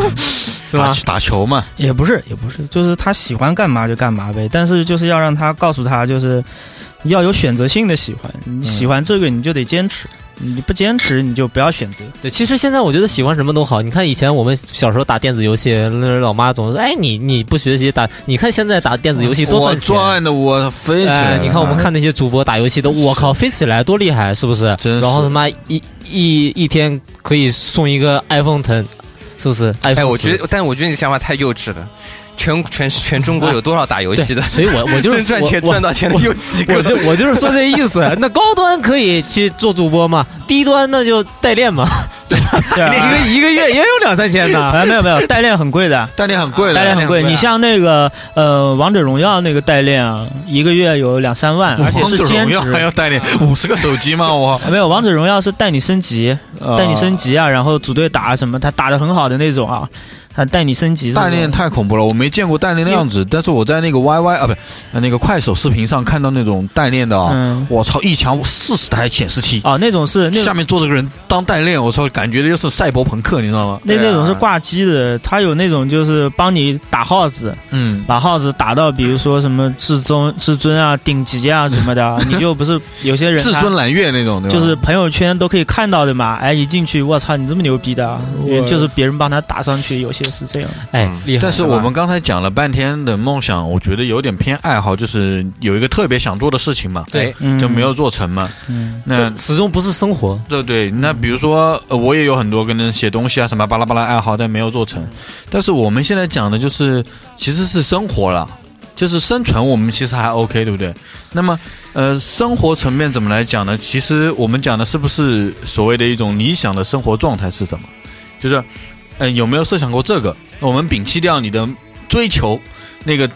S4: 是
S1: 打
S7: 啊
S4: 吧？
S1: 打球嘛，
S7: 也不是，也不是，就是他喜欢干嘛就干嘛呗。但是就是要让他告诉他，就是要有选择性的喜欢，你喜欢这个你就得坚持，你不坚持你就不要选择。
S4: 对，其实现在我觉得喜欢什么都好。你看以前我们小时候打电子游戏，那老妈总说：“哎，你你不学习打？”你看现在打电子游戏多
S1: 我
S4: 赚钱。
S1: 赚的嗯我飞起来
S4: 哎，
S1: 了。
S4: 你看我们看那些主播打游戏的，我靠，飞起来多厉害，是不是？
S1: 真是
S4: 然后他妈一一一天可以送一个 iPhone 10，是不是？iPhone
S2: 哎，我
S4: 10
S2: 觉得，但我觉得你想法太幼稚了。全全全中国有多少打游戏的
S4: 对，？所以我我就是
S2: 真 赚钱
S4: 我我
S2: 赚到钱的有几个
S4: 我？就我就是说这意思。那高端可以去做主播嘛，低端那就代练嘛，
S7: 对
S4: 一
S7: 啊，
S4: 个一个月也有两三千
S2: 嗯
S4: 呢。
S7: 啊没有没有，代练很贵的，
S1: 代练很贵
S7: 代练
S1: 的，
S7: 很贵。
S4: 代练很贵啊
S7: 你像那个呃，王者荣耀那个代练啊，一个月有两三万，而且
S1: 哦王
S7: 是
S1: 者
S7: 兼
S1: 荣耀还要
S7: 职。啊
S1: 代练五十个手机吗？我
S7: 没有，王者荣耀是带你升级，带你升级啊，然后组队打什么，他打的很好的那种啊，他带你升级。
S1: 代练，呃太恐怖了，我没见过代练那样子。但是我在那个 YY 啊，不是那个快手视频上看到那种代练的啊，
S7: 嗯，
S1: 我操，一墙四十台显示器，
S7: 哦，那种是那
S1: 下面坐着个人当代练，我操，感觉就是赛博朋克，你知道吗？
S7: 那
S2: 对啊
S7: 那种是挂机的，他有那种就是帮你打耗子，
S1: 嗯，
S7: 把耗子打到比如说什么至尊、至尊啊、顶级啊什么的，你就不是有些人
S1: 至
S7: 他
S1: 尊揽月那种，对吧？
S7: 就是朋友圈都可以看到的嘛。哎，一进去，我操，你这么牛逼的啊，
S1: 我
S7: 就是别人帮他打上去，有些是这样。
S4: 哎，厉害！
S1: 但是我们刚才讲了半天的梦想，我觉得有点偏爱好，就是有一个特别想做的事情嘛，
S2: 对，
S7: 嗯
S1: 就没有做成嘛。
S7: 嗯
S1: 那
S4: 始终不是生活，
S1: 对对，那比如说、呃我也有很多跟人写东西啊什么巴拉巴拉爱好，但没有做成。但是我们现在讲的就是其实是生活了，就是生存，我们其实还 OK，对不对？那么呃，生活层面怎么来讲呢？其实我们讲的是不是所谓的一种理想的生活状态是什么？就是嗯、呃有没有设想过这个？我们摒弃掉你的追求那个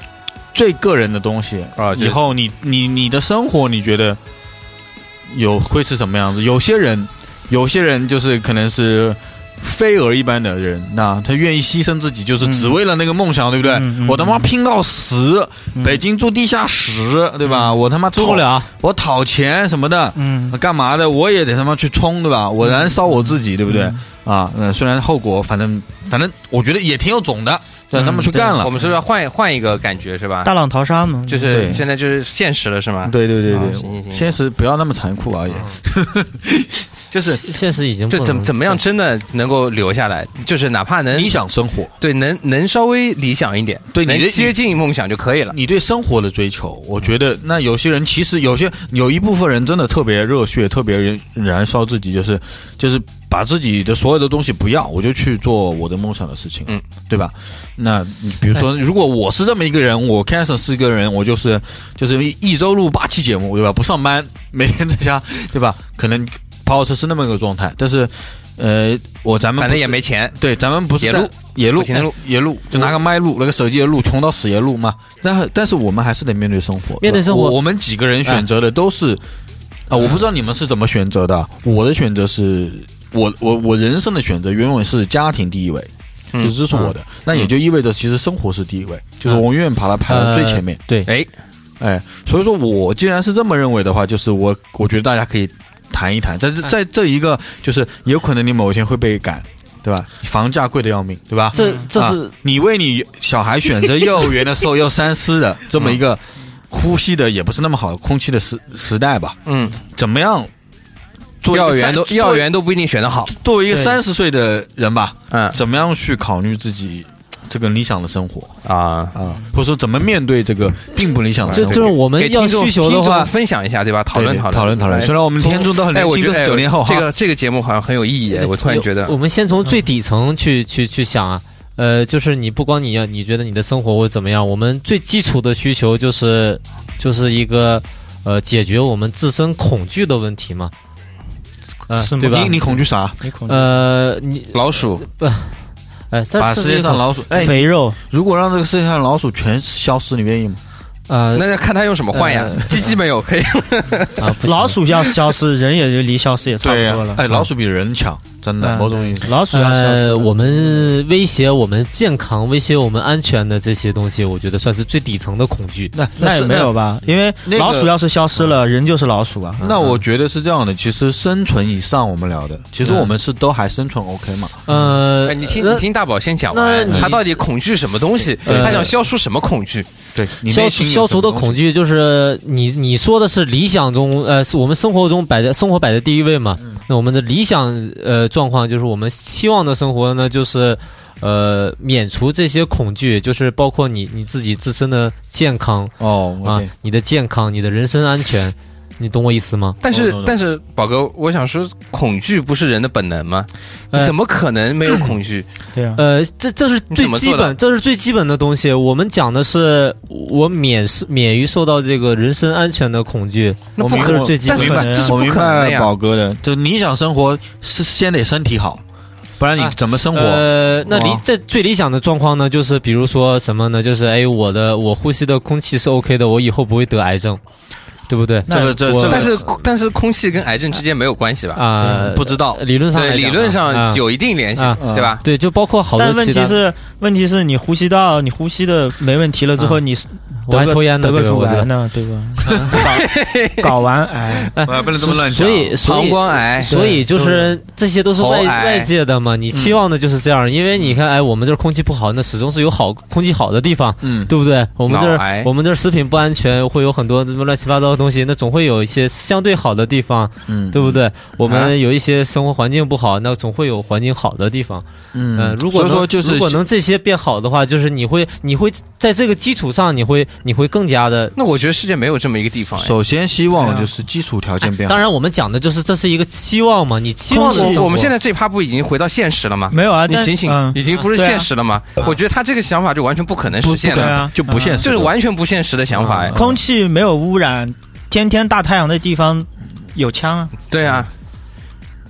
S1: 最个人的东西，
S2: 啊，就
S1: 以后你你你的生活，你觉得有会是什么样子？有些人，有些人就是可能是飞蛾一般的人，那他愿意牺牲自己，就是只为了那个梦想，对不对？
S7: 嗯嗯
S1: 我他妈拼到死，
S7: 嗯
S1: 北京住地下室，对吧？我他妈
S4: 做不
S1: 讨，
S4: 了。啊
S1: 我讨钱什么的。
S7: 嗯，
S1: 干嘛的？我也得他妈去冲，对吧？我燃烧我自己，对不对？啊，那虽然后果，反正反正我觉得也挺有种的，让他们去干了
S2: 我。们是不是要换换一个感觉是吧？
S7: 大浪淘沙嘛，
S2: 就
S1: 对
S2: 是现在就是现实了是吗？
S1: 对对对
S2: 啊
S1: 对，
S2: 行行行
S1: 现实不要那么残酷啊而已，就是
S4: 现实已经不
S2: 这
S4: 能
S2: 怎么怎么样真的能够留下来？就是哪怕能
S1: 理想生活，
S2: 对能能稍微理想一点，
S1: 对你的
S2: 能接近梦想就可以了。
S1: 你对生活的追求，我觉得那有些人其实有些有一部分人真的特别热血，特别燃烧自己，就是就是把自己的所有的东西不要，我就去做我的梦想的事情，
S2: 嗯，
S1: 对吧？那你比如说，如果我是这么一个人，我 Cancer 是一个人，我就是就是一一周录八期节目，对吧？不上班，每天在家，对吧？可能跑跑车是那么一个状态，但是呃，我咱们
S2: 反
S1: 不
S2: 正
S1: 是
S2: 也没钱，
S1: 对，咱们不是
S2: 也
S1: 在
S2: 录，
S1: 也录
S2: 不
S4: 哎
S2: 停地录，
S1: 也录，就拿个麦录，那个手机也录，穷到死也录嘛。但是但是我们还是得面对生活，
S4: 面对生活嗯
S1: 我我们几个人选择的都是啊，我不知道你们是怎么选择的。我的选择是我我我人生的选择原本是家庭第一位，就
S2: 嗯
S1: 这是我的。那也就意味着其实生活是第一位，就是我永远把它排到最前面。
S4: 嗯呃对，
S2: 哎，
S1: 哎，所以说我既然是这么认为的话，就是我我觉得大家可以谈一谈，在这在这一个就是有可能你某一天会被赶，对吧？房价贵的要命，对吧？
S4: 这这是
S1: 啊你为你小孩选择幼儿园的时候要三思的这么一
S2: 嗯
S1: 个呼吸的也不是那么好的空气的时时代吧？
S2: 嗯，
S1: 怎么样做一
S2: 幼
S1: 个
S2: 儿
S1: 三
S2: 园都幼儿园都不一定选得好，
S1: 作为一个
S7: 对
S1: 三十岁的人吧，
S2: 嗯
S1: 怎么样去考虑自己这个理想的生活
S2: 啊。嗯
S1: 啊，或者说怎么面对这个并不理想的
S4: 就
S1: 生活？
S4: 就是我们
S2: 给
S4: 要
S2: 听众
S4: 需求的
S2: 听众
S4: 话，
S2: 分享一下对吧？讨
S1: 对
S2: 论
S1: 对
S2: 讨
S1: 讨论讨论。
S2: 哎
S1: 虽然我们听众都很
S2: 哎，
S1: 年
S2: 我
S1: 轻，
S2: 觉
S1: 都
S2: 得
S1: 是九零后
S2: 哎
S1: 哈
S2: 这。个这个节目好像很有意义，哎我突然觉得
S4: 我们先从最底层去去去想啊。呃，就是你不光你要，你觉得你的生活会怎么样？我们最基础的需求就是，就是一个，呃，解决我们自身恐惧的问题嘛，呃
S7: 是，吗
S4: 对吧
S1: 你？你恐惧啥？
S7: 你恐惧
S4: 呃，你
S2: 老鼠
S4: 哎，这
S1: 把
S4: 这
S1: 世
S4: 是
S1: 界
S4: 一
S1: 上
S4: 种
S1: 老鼠，哎，
S7: 肥肉，
S1: 如果让这个世界上老鼠全消失，你愿意吗？
S4: 呃
S2: 那要看他用什么换呀
S4: 呃？
S2: 鸡鸡没有，可以
S4: 啊，不行
S7: 老鼠要消失，人也就离消失也差不
S1: 呀
S7: 多了。
S1: 哎，老鼠比人强，真的，
S7: 嗯
S1: 某种意义上。
S7: 老鼠要消失
S4: 呃，
S7: 了，
S4: 我们威胁我们健康、威胁我们安全的这些东西，我觉得算是最底层的恐惧。
S1: 那
S7: 那也
S1: 是
S7: 没有吧？因为
S1: 那个嗯
S7: 老鼠要是消失了，人就是老鼠啊。
S1: 那我觉得是这样的，其实生存以上我们聊的，其实
S4: 嗯
S1: 我们是都还生存 OK 嘛？
S4: 呃，
S2: 哎你听
S4: 那
S2: 你听大宝先讲
S4: 那
S2: 完，
S4: 你
S2: 他到底恐惧什么东西？
S4: 呃
S2: 他想消除什么恐惧？
S1: 对，你
S4: 消
S1: 内
S4: 除
S1: 心有
S4: 消除的
S1: 什么东
S4: 恐
S1: 西，
S4: 惧就是你你说的是理想中呃是我们生活中摆在生活摆在第一位嘛？
S1: 嗯
S4: 那我们的理想呃状况就是我们期望的生活呢就是呃免除这些恐惧，就是包括你你自己自身的健康
S1: 哦
S4: 啊
S1: OK，
S4: 你的健康、你的人身安全，你懂我意思吗？
S2: 但
S1: 懂
S2: 是
S1: 懂懂
S2: 但是，宝哥，我想说，恐惧不是人的本能吗？
S4: 呃
S2: 你怎么可能没有恐惧？
S7: 对啊，
S1: 嗯
S4: 呃，这这是
S2: 你
S4: 最
S2: 怎么
S4: 基
S2: 做的
S4: 本，这是最基本的东西。我们讲的是我免是免于受到这个人身安全的恐惧，
S2: 那
S1: 我
S2: 不
S1: 明
S2: 可
S1: 白
S2: 能，
S4: 最基
S2: 但
S4: 本
S2: 是
S1: 我明白
S2: 这是
S1: 我
S2: 不
S1: 明
S2: 可能的
S1: 白
S2: 呀。
S1: 宝哥的，就你想生活是先得身体好，不然你
S4: 哎
S1: 怎么生活？
S4: 呃，那理
S1: 哇
S4: 这最理想的状况呢，就是比如说什么呢？就是哎，我的我呼吸的空气是 OK 的，我以后不会得癌症，对不对？
S1: 这个这
S4: 我
S1: 这个
S2: 但是但是，空气跟癌症之间没有关系吧？
S4: 啊，
S1: 不知道，
S4: 理论上来
S2: 嗯对，
S4: 讲
S2: 理论上
S4: 啊
S2: 有一定联系，
S4: 啊
S2: 对吧？
S4: 对，就包括好多
S7: 但问
S4: 其他
S7: 题是，问题是你呼吸道，你呼吸的没问题了之后，你
S4: 啊我还
S7: 得个
S4: 抽烟呢，
S7: 得
S4: 对
S7: 个
S4: 吧？
S7: 乳
S4: 我觉
S7: 癌
S4: 得
S7: 呢，对 吧？搞搞完癌，
S1: 哎不能这么乱讲
S4: 呃所。以所
S2: 膀
S4: 以
S2: 胱癌，
S4: 所以就是这些都是外
S2: 喉癌
S4: 外界的嘛，你期望的就是这样，因为你看，哎，我们这儿空气不好，那始终是有好空气好的地方，
S1: 嗯，
S4: 对不对？我们这
S2: 脑癌
S4: 儿我们这儿食品不安全，会有很多什么乱七八糟的东西，那总会有一些相对好的地方，
S1: 嗯
S4: 对不对？我
S2: 啊
S4: 们有一些生活环境不好，那总会有环境好的地方。嗯，
S1: 嗯，
S4: 如果
S1: 所以
S4: 能
S1: 说就是
S4: 如果能这些变好的话，就是你会你会在这个基础上，你会你会更加的。
S2: 那我觉得世界没有这么一个地方。哎
S1: 首先希望就是基础条件变好
S4: 啊哎当。然，我们讲的就是这是一个期望嘛，你期望的生活
S2: 我我们现在这趴不已经回到现实了吗？
S7: 没有啊？
S2: 你
S7: 但
S2: 醒醒，
S7: 嗯
S2: 已经不是
S7: 对啊
S2: 现实了吗？我觉得他这个想法就完全不可能
S1: 不
S2: 实
S1: 不
S2: 现
S1: 可
S7: 对
S2: 的，
S1: 能
S7: 啊
S1: 就不现实
S2: 就
S1: 的，
S2: 是完全不现实的想法。哎
S4: 嗯
S7: 空气没有污染，天天大太阳的地方有枪啊，
S2: 对啊，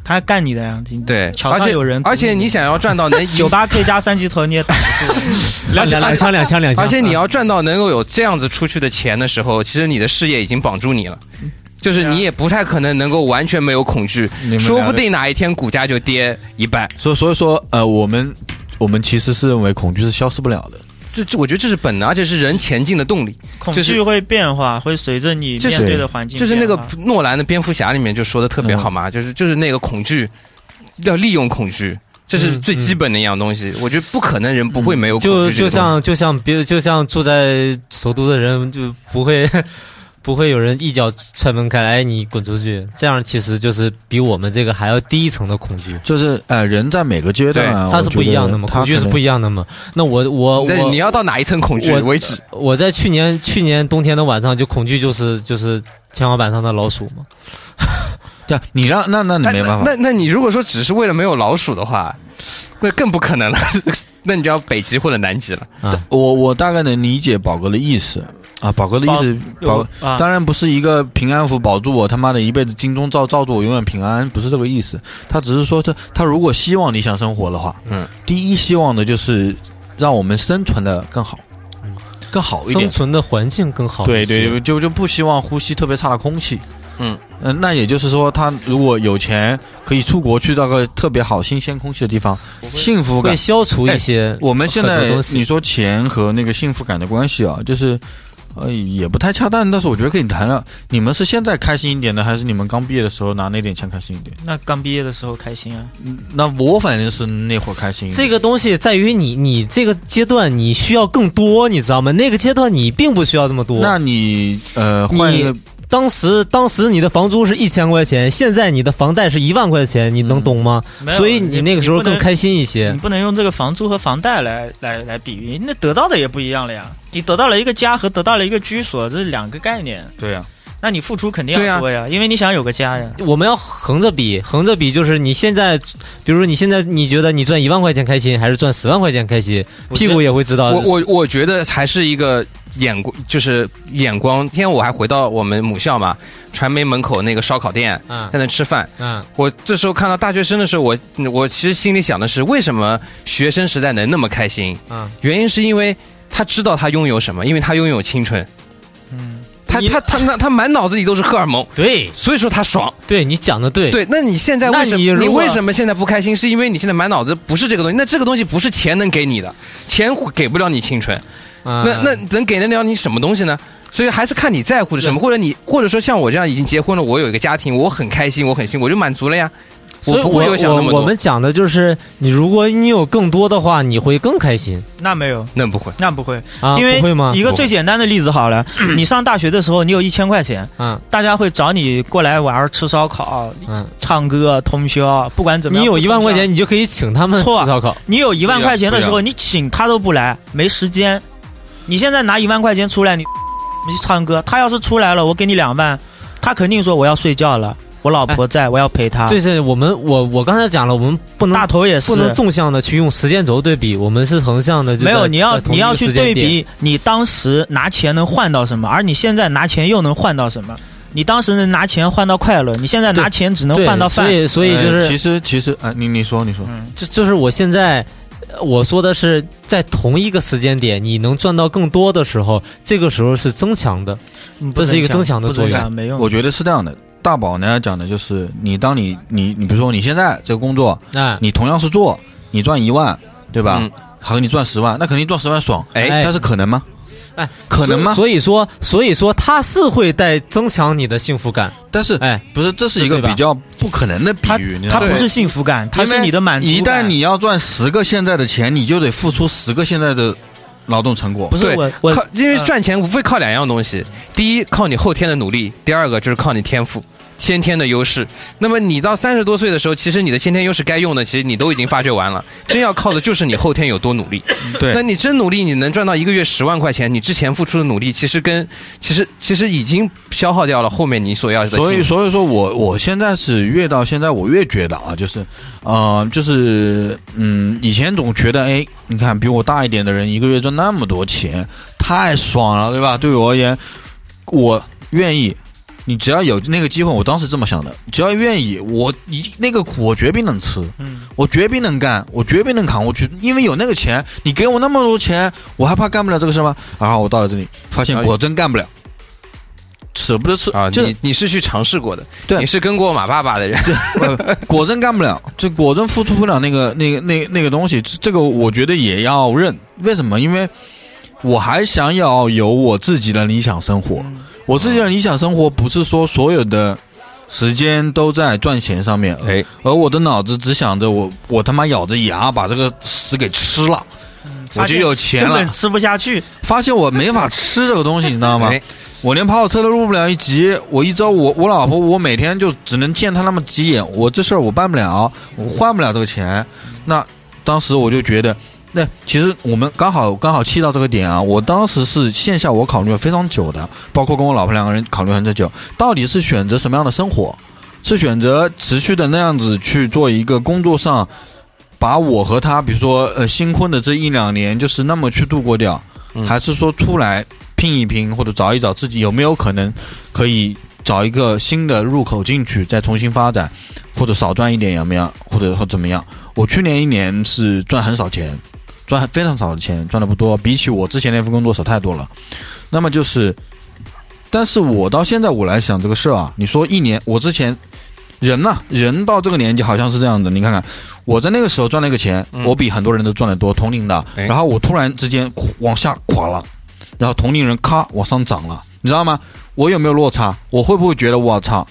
S7: 他干你的呀！你
S2: 对，
S7: 桥
S2: 而
S7: 上
S2: 且
S7: 有人，
S2: 而且你想要赚到能
S7: 九八 K 加三级头你也 打不住，
S4: 两两两枪两枪两枪，
S2: 而且你
S4: 啊
S2: 要赚到能够有这样子出去的钱的时候，其实你的事业已经绑住你了。就是
S4: 啊
S2: 你也不太可能能够完全没有恐惧
S1: 你们，
S2: 说
S1: 聊
S2: 不
S1: 得
S2: 定哪一天股价就跌一半。
S1: 所以所以说呃，我们我们其实是认为恐惧是消失不了的。
S2: 这这，我觉得这是本能，而且是人前进的动力。
S7: 恐
S2: 就是
S7: 惧会变化，会随着你
S2: 就是
S7: 面对的环境
S2: 就
S7: 变
S2: 是
S7: 化，
S2: 那个诺兰的蝙蝠侠里面就说的特别好
S4: 嗯
S2: 嘛，就是就是那个恐惧，要利用恐惧，这是
S4: 嗯
S2: 最基本的一样东西。我觉得不可能人不会没有恐
S4: 就
S2: 惧这
S4: 就
S2: 个东西。
S4: 像就像别就像住在首都的人就不会 不会有人一脚踹门开，哎，你滚出去，这样其实就是比我们这个还要低一层的恐惧。
S1: 就是呃，人在每个阶段啊，
S4: 它是不一样的嘛，恐惧是不
S1: 一
S4: 一样的嘛。那我我
S2: 那你
S4: 我
S2: 要到哪一层恐惧
S4: 我
S2: 为止？
S4: 我在去年去年冬天的晚上就恐惧就是就是天花板上的老鼠嘛。
S1: 对啊，你让那哎那你没办
S2: 那
S1: 法，
S2: 那那你如果说只是为了没有老鼠的话，那更不可能了。 那你就要北极或者南极了。
S1: 我我大概能理解宝哥的意思啊，宝哥的意思，宝
S7: 有啊，
S1: 当然不是一个平安符保住我他妈的一辈子金钟罩罩住我永远平安，不是这个意思。他只是说这他如果希望理想生活的话，
S2: 嗯，
S1: 第一希望的就是让我们生存的更好，更好一
S4: 生
S1: 点。
S4: 存的环境更好一
S1: 对
S4: 些。
S1: 对，对就就不希望呼吸特别差的空气。
S2: 嗯
S1: 呃那也就是说，他如果有钱，可以出国去到个特别好、新鲜空气的地方，幸福感嗯
S4: 会。消除一些。
S1: 我们现
S4: 很
S1: 在
S4: 多东西
S1: 你说钱和那个幸福感的关系啊，就是呃也不太恰当，但是我觉得可以谈了。你们是现在开心一点呢，还是你们刚毕业的时候拿那点钱开心一点？
S7: 那刚毕业的时候开心啊，
S1: 那我反正是那会儿开心一点。
S4: 这个东西在于你，你这个阶段你需要更多，你知道吗？那个阶段你并不需要这么多。
S1: 那你呃
S4: 你
S1: 换一个
S4: 当时，当时你的房租是一千块钱，现在你的房贷是一万块钱，你能懂吗？
S7: 没有
S4: 所以你那个时候更。开心一
S7: 你不能
S4: 些
S7: 你。不能用这个房租和房贷来来来比喻，那得到的也不一样了呀。你得到了一个家和得到了一个居所，这是两个概念。
S1: 对啊呀、
S7: 那你付出肯定
S2: 对啊
S7: 要多呀，因为你想有个家呀。
S4: 我们要横着比，横着比就是你现在，比如说你现在你觉得你赚一万块钱开心，还是赚十万块钱开心，
S7: 我觉
S4: 屁
S7: 得
S4: 股也会知道。嗯
S2: 我我我觉得还是一个眼光，就是眼光。今天我还回到我们母校嘛，传媒门口那个烧烤店，
S4: 嗯
S2: 在那吃饭。
S4: 嗯
S2: 我这时候看到大学生的时候，我我其实心里想的是，为什么学生时代能那么开心？
S4: 嗯，
S2: 原因是因为他知道他拥有什么，因为他拥有青春。
S7: 嗯，
S2: 他
S4: 你
S2: 他他那他满脑子里都是荷尔蒙，
S4: 对
S2: 所以说他爽。
S4: 对，你讲的对。
S2: 对，那你现在
S4: 那
S2: 为什么
S4: 你如
S2: 你
S4: 果
S2: 为什么现在不开心？是因为你现在满脑子不是这个东西。那这个东西不是钱能给你的，钱给不了你青春。
S4: 嗯，
S2: 那那能给得了你什么东西呢？所以还是看你在乎的什么，或者你或者说像我这样已经结婚了，我有一个家庭，我很开心，我很幸福，我就满足了呀。
S4: 所以
S2: 不会有想那么
S4: 我
S2: 多，
S4: 我们讲的就是，你如果你有更多的话，你会更开心
S7: 那没有，
S2: 那不会。
S7: 那不会，
S4: 啊？
S7: 因为
S4: 不会吗
S7: 一？个
S2: 不会
S7: 最简单的例子 好了，你上大学的时候，你有一千块钱，
S4: 嗯
S7: 大家会找你过来玩儿、吃烧烤、
S4: 嗯，
S7: 唱歌、通宵，不管怎么
S4: 你
S7: 样。
S4: 有
S7: 不
S4: 一
S7: 通
S4: 万块
S7: 宵
S4: 钱，，你就可以请他们吃
S7: 错
S4: 烧烤。
S7: 你有一万
S2: 对啊
S7: 块钱的时
S2: 对
S7: 候，你请他都不来，没时间。你现在拿一万块钱出来，你你去唱歌，他要是出来了，我给你两万，他肯定说我要睡觉了，我老婆在，我要陪她。
S4: 对，是我们我我刚才讲了，我们不能
S7: 啊大头也是
S4: 不能纵向的去用时间轴对比，我们是横向的。就
S7: 没有，
S4: 在
S7: 你要
S4: 在同
S7: 你
S4: 一个
S7: 要去
S4: 时间
S7: 对
S4: 点
S7: 比你当时拿钱能换到什么，而你现在拿钱又能换到什么。你当时能拿钱换到快乐，你现在拿
S4: 对
S7: 钱只能
S4: 对
S7: 换到饭
S4: 所。以所以就
S1: 呃
S4: 是
S1: 其实其实啊，你你说你说，
S4: 就就是我现在呃我说的是，在同一个时间点，你能赚到更多的时候，这个时候是增强的。
S7: 嗯
S4: 这是一个增强的作，
S7: 不
S4: 用
S7: 能想没用。
S1: 我觉得是这样的。大宝呢讲的就是你，当你你你比如说你现在这个工作，
S4: 哎，
S1: 你同样是做，你赚一万，对吧？
S2: 嗯
S1: 和你赚十万，那肯定赚十万爽，
S2: 哎，
S4: 哎
S1: 但是可能吗？
S4: 哎，
S1: 可能吗？
S4: 所以说，所以说它是会带增强你的幸福感。
S1: 但是
S4: 哎，
S1: 不是，这是一个
S4: 对吧
S1: 比较不可能的比
S7: 它
S1: 喻，你知
S7: 它
S1: 道吗
S7: 不是幸福感，它是你的满足感。
S1: 一旦你要赚十个现在的钱，你就得付出十个现在的劳动成果
S7: 不。是
S2: 对
S7: 我我
S2: 靠，因为
S7: 嗯
S2: 赚钱无非靠两样东西，第一靠你后天的努力，第二个就是靠你天赋。先天的优势，那么你到三十多岁的时候，其实你的先天优势该用的，其实你都已经发掘完了。真要靠的就是你后天有多努力。那
S1: 对，
S2: 你真努力，你能赚到一个月十万块钱，你之前付出的努力，其实跟其实其实已经消耗掉了后面你所要的幸福。
S1: 所以所以说我我现在是越到现在，我越觉得啊，就是，呃，就是嗯，以前总觉得，哎，你看比我大一点的人一个月赚那么多钱，太爽了，对吧？对我而言，我愿意。你只要有那个机会，我当时这么想的，只要愿意，我一那个苦我绝必能吃，
S7: 嗯
S1: 我绝必能干，我绝必能扛过去，因为有那个钱，你给我那么多钱，我还怕干不了这个事吗？然后我到了这里，发现
S2: 哎
S1: 果真干不了，舍不得吃
S2: 啊，
S1: 就是
S2: 你你是去尝试过的，
S1: 对
S2: 你是跟过马爸爸的人，
S1: 呃果真干不了，这果真付出不了那个那个那个那个东西，这这个我觉得也要认。为什么？因为我还想要有我自己的理想生活，
S7: 嗯
S1: 我自己的理想生活不是说所有的时间都在赚钱上面，而
S2: 哎，
S1: 而我的脑子只想着我我他妈咬着牙把这个屎给吃了，我
S7: 嗯发
S1: 就
S7: 现
S1: 有钱
S7: 根
S1: 了
S7: 本。吃不下去。
S1: 发现我没法吃这个东西，你知道吗？
S2: 哎
S1: 我连跑火车都录不了一集，我一周我我老婆我每天就只能见她那么几眼，我这事儿我办不了，我换不了这个钱。那当时我就觉得，那其实我们刚好刚好气到这个点啊，我当时是线下我考虑了非常久的，包括跟我老婆两个人考虑很久，到底是选择什么样的生活，是选择持续的那样子去做一个工作上。把我和她，比如说呃新婚的这一两年，就是那么去度过掉，
S2: 嗯
S1: 还是说出来拼一拼，或者找一找自己有没有可能可以找一个新的入口进去，再重新发展，或者少赚一点怎么样，或者或怎么样？我去年一年是赚很少钱，赚非常少的钱，赚的不多，比起我之前那份工作少太多了。那么就是，但是我到现在我来想这个事儿啊，你说一年，我之前人呐、人到这个年纪好像是这样的，你看看我在那个时候赚那个钱，
S2: 嗯
S1: 我比很多人都赚得多，同龄的，
S2: 哎
S1: 然后我突然之间垮往下垮了，然后同龄人咔往上涨了，你知道吗？我有没有落差？我会不会觉得我操，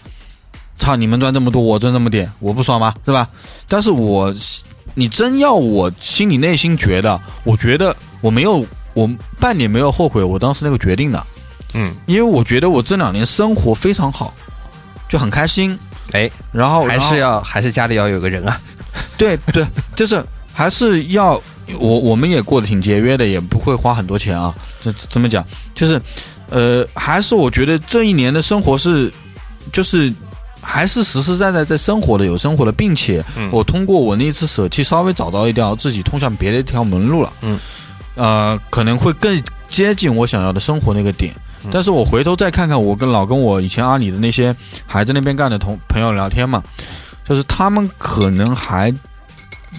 S1: 操你们赚这么多，我赚这么点，我不爽吗？是吧？但是我，你真要我心里内心觉得，我觉得我没有，我半点没有后悔我当时那个决定的，
S2: 嗯，
S1: 因为我觉得我这两年生活非常好，就很开心，
S2: 哎，
S1: 然后
S2: 还
S1: 然后
S2: 是要还是家里要有个人啊，
S1: 对对，就是还是要我我们也过得挺节约的，也不会花很多钱啊。这这怎么讲？就是呃，还是我觉得这一年的生活是，就是还是实实在在在生活的，有生活的，并且
S2: 嗯
S1: 我通过我那一次舍弃，稍微找到一条自己通向别的一条门路了。
S2: 嗯，
S1: 呃，可能会更接近我想要的生活那个点。
S2: 嗯
S1: 但是我回头再看看，我跟老跟我以前阿里的那些还在那边干的同朋友聊天嘛，就是他们可能还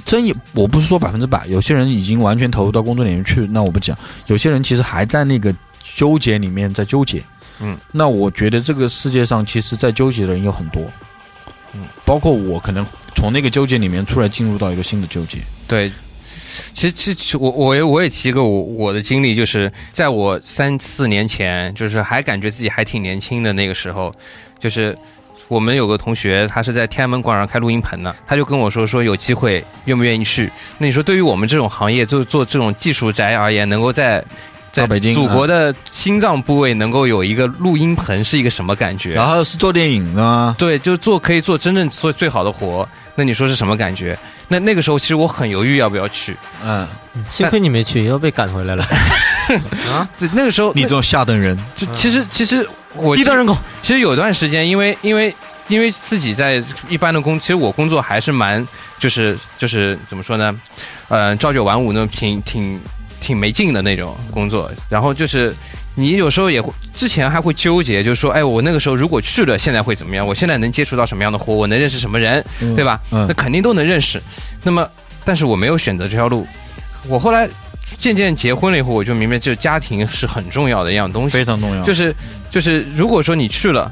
S1: 真也，我不是说百分之百，有些人已经完全投入到工作里面去，那我不讲；有些人其实还在那个纠结里面在纠结。
S2: 嗯，
S1: 那我觉得这个世界上其实在纠结的人有很多，
S2: 嗯，
S1: 包括我可能从那个纠结里面出来，进入到一个新的纠结。
S2: 对。其实，其实其实我我也我也提一个我我的经历，就是在我三四年前，就是还感觉自己还挺年轻的那个时候，就是我们有个同学，他是在天安门广场开录音棚的，他就跟我说说有机会愿不愿意去。那你说对于我们这种行业做做这种技术宅而言，能够在在
S1: 到北京啊
S2: 祖国的心脏部位能够有一个录音棚是一个什么感觉？
S1: 然后是做电影的吗？
S2: 对，就做可以做真正做最好的活，那你说是什么感觉？那那个时候其实我很犹豫要不要去，
S1: 嗯，
S4: 幸亏你没去，要被赶回来了。
S2: 对，哦那个时候
S1: 你这种下等人，
S2: 就其实其实我
S4: 低端人口，
S2: 其实有段时间，因为因为因为自己在一般的工，其实我工作还是蛮就是就是怎么说呢，呃，朝九晚五那种挺挺挺没劲的那种工作。然后就是你有时候也会之前还会纠结，就是说，哎，我那个时候如果去了，现在会怎么样？我现在能接触到什么样的活？我能认识什么人，
S1: 嗯
S2: 对吧？
S1: 嗯
S2: 那肯定都能认识。那么，但是我没有选择这条路。我后来渐渐结婚了以后，我就明白，这家庭是很重要的一样东西
S1: 非。常重要。
S2: 就是就是，如果说你去了，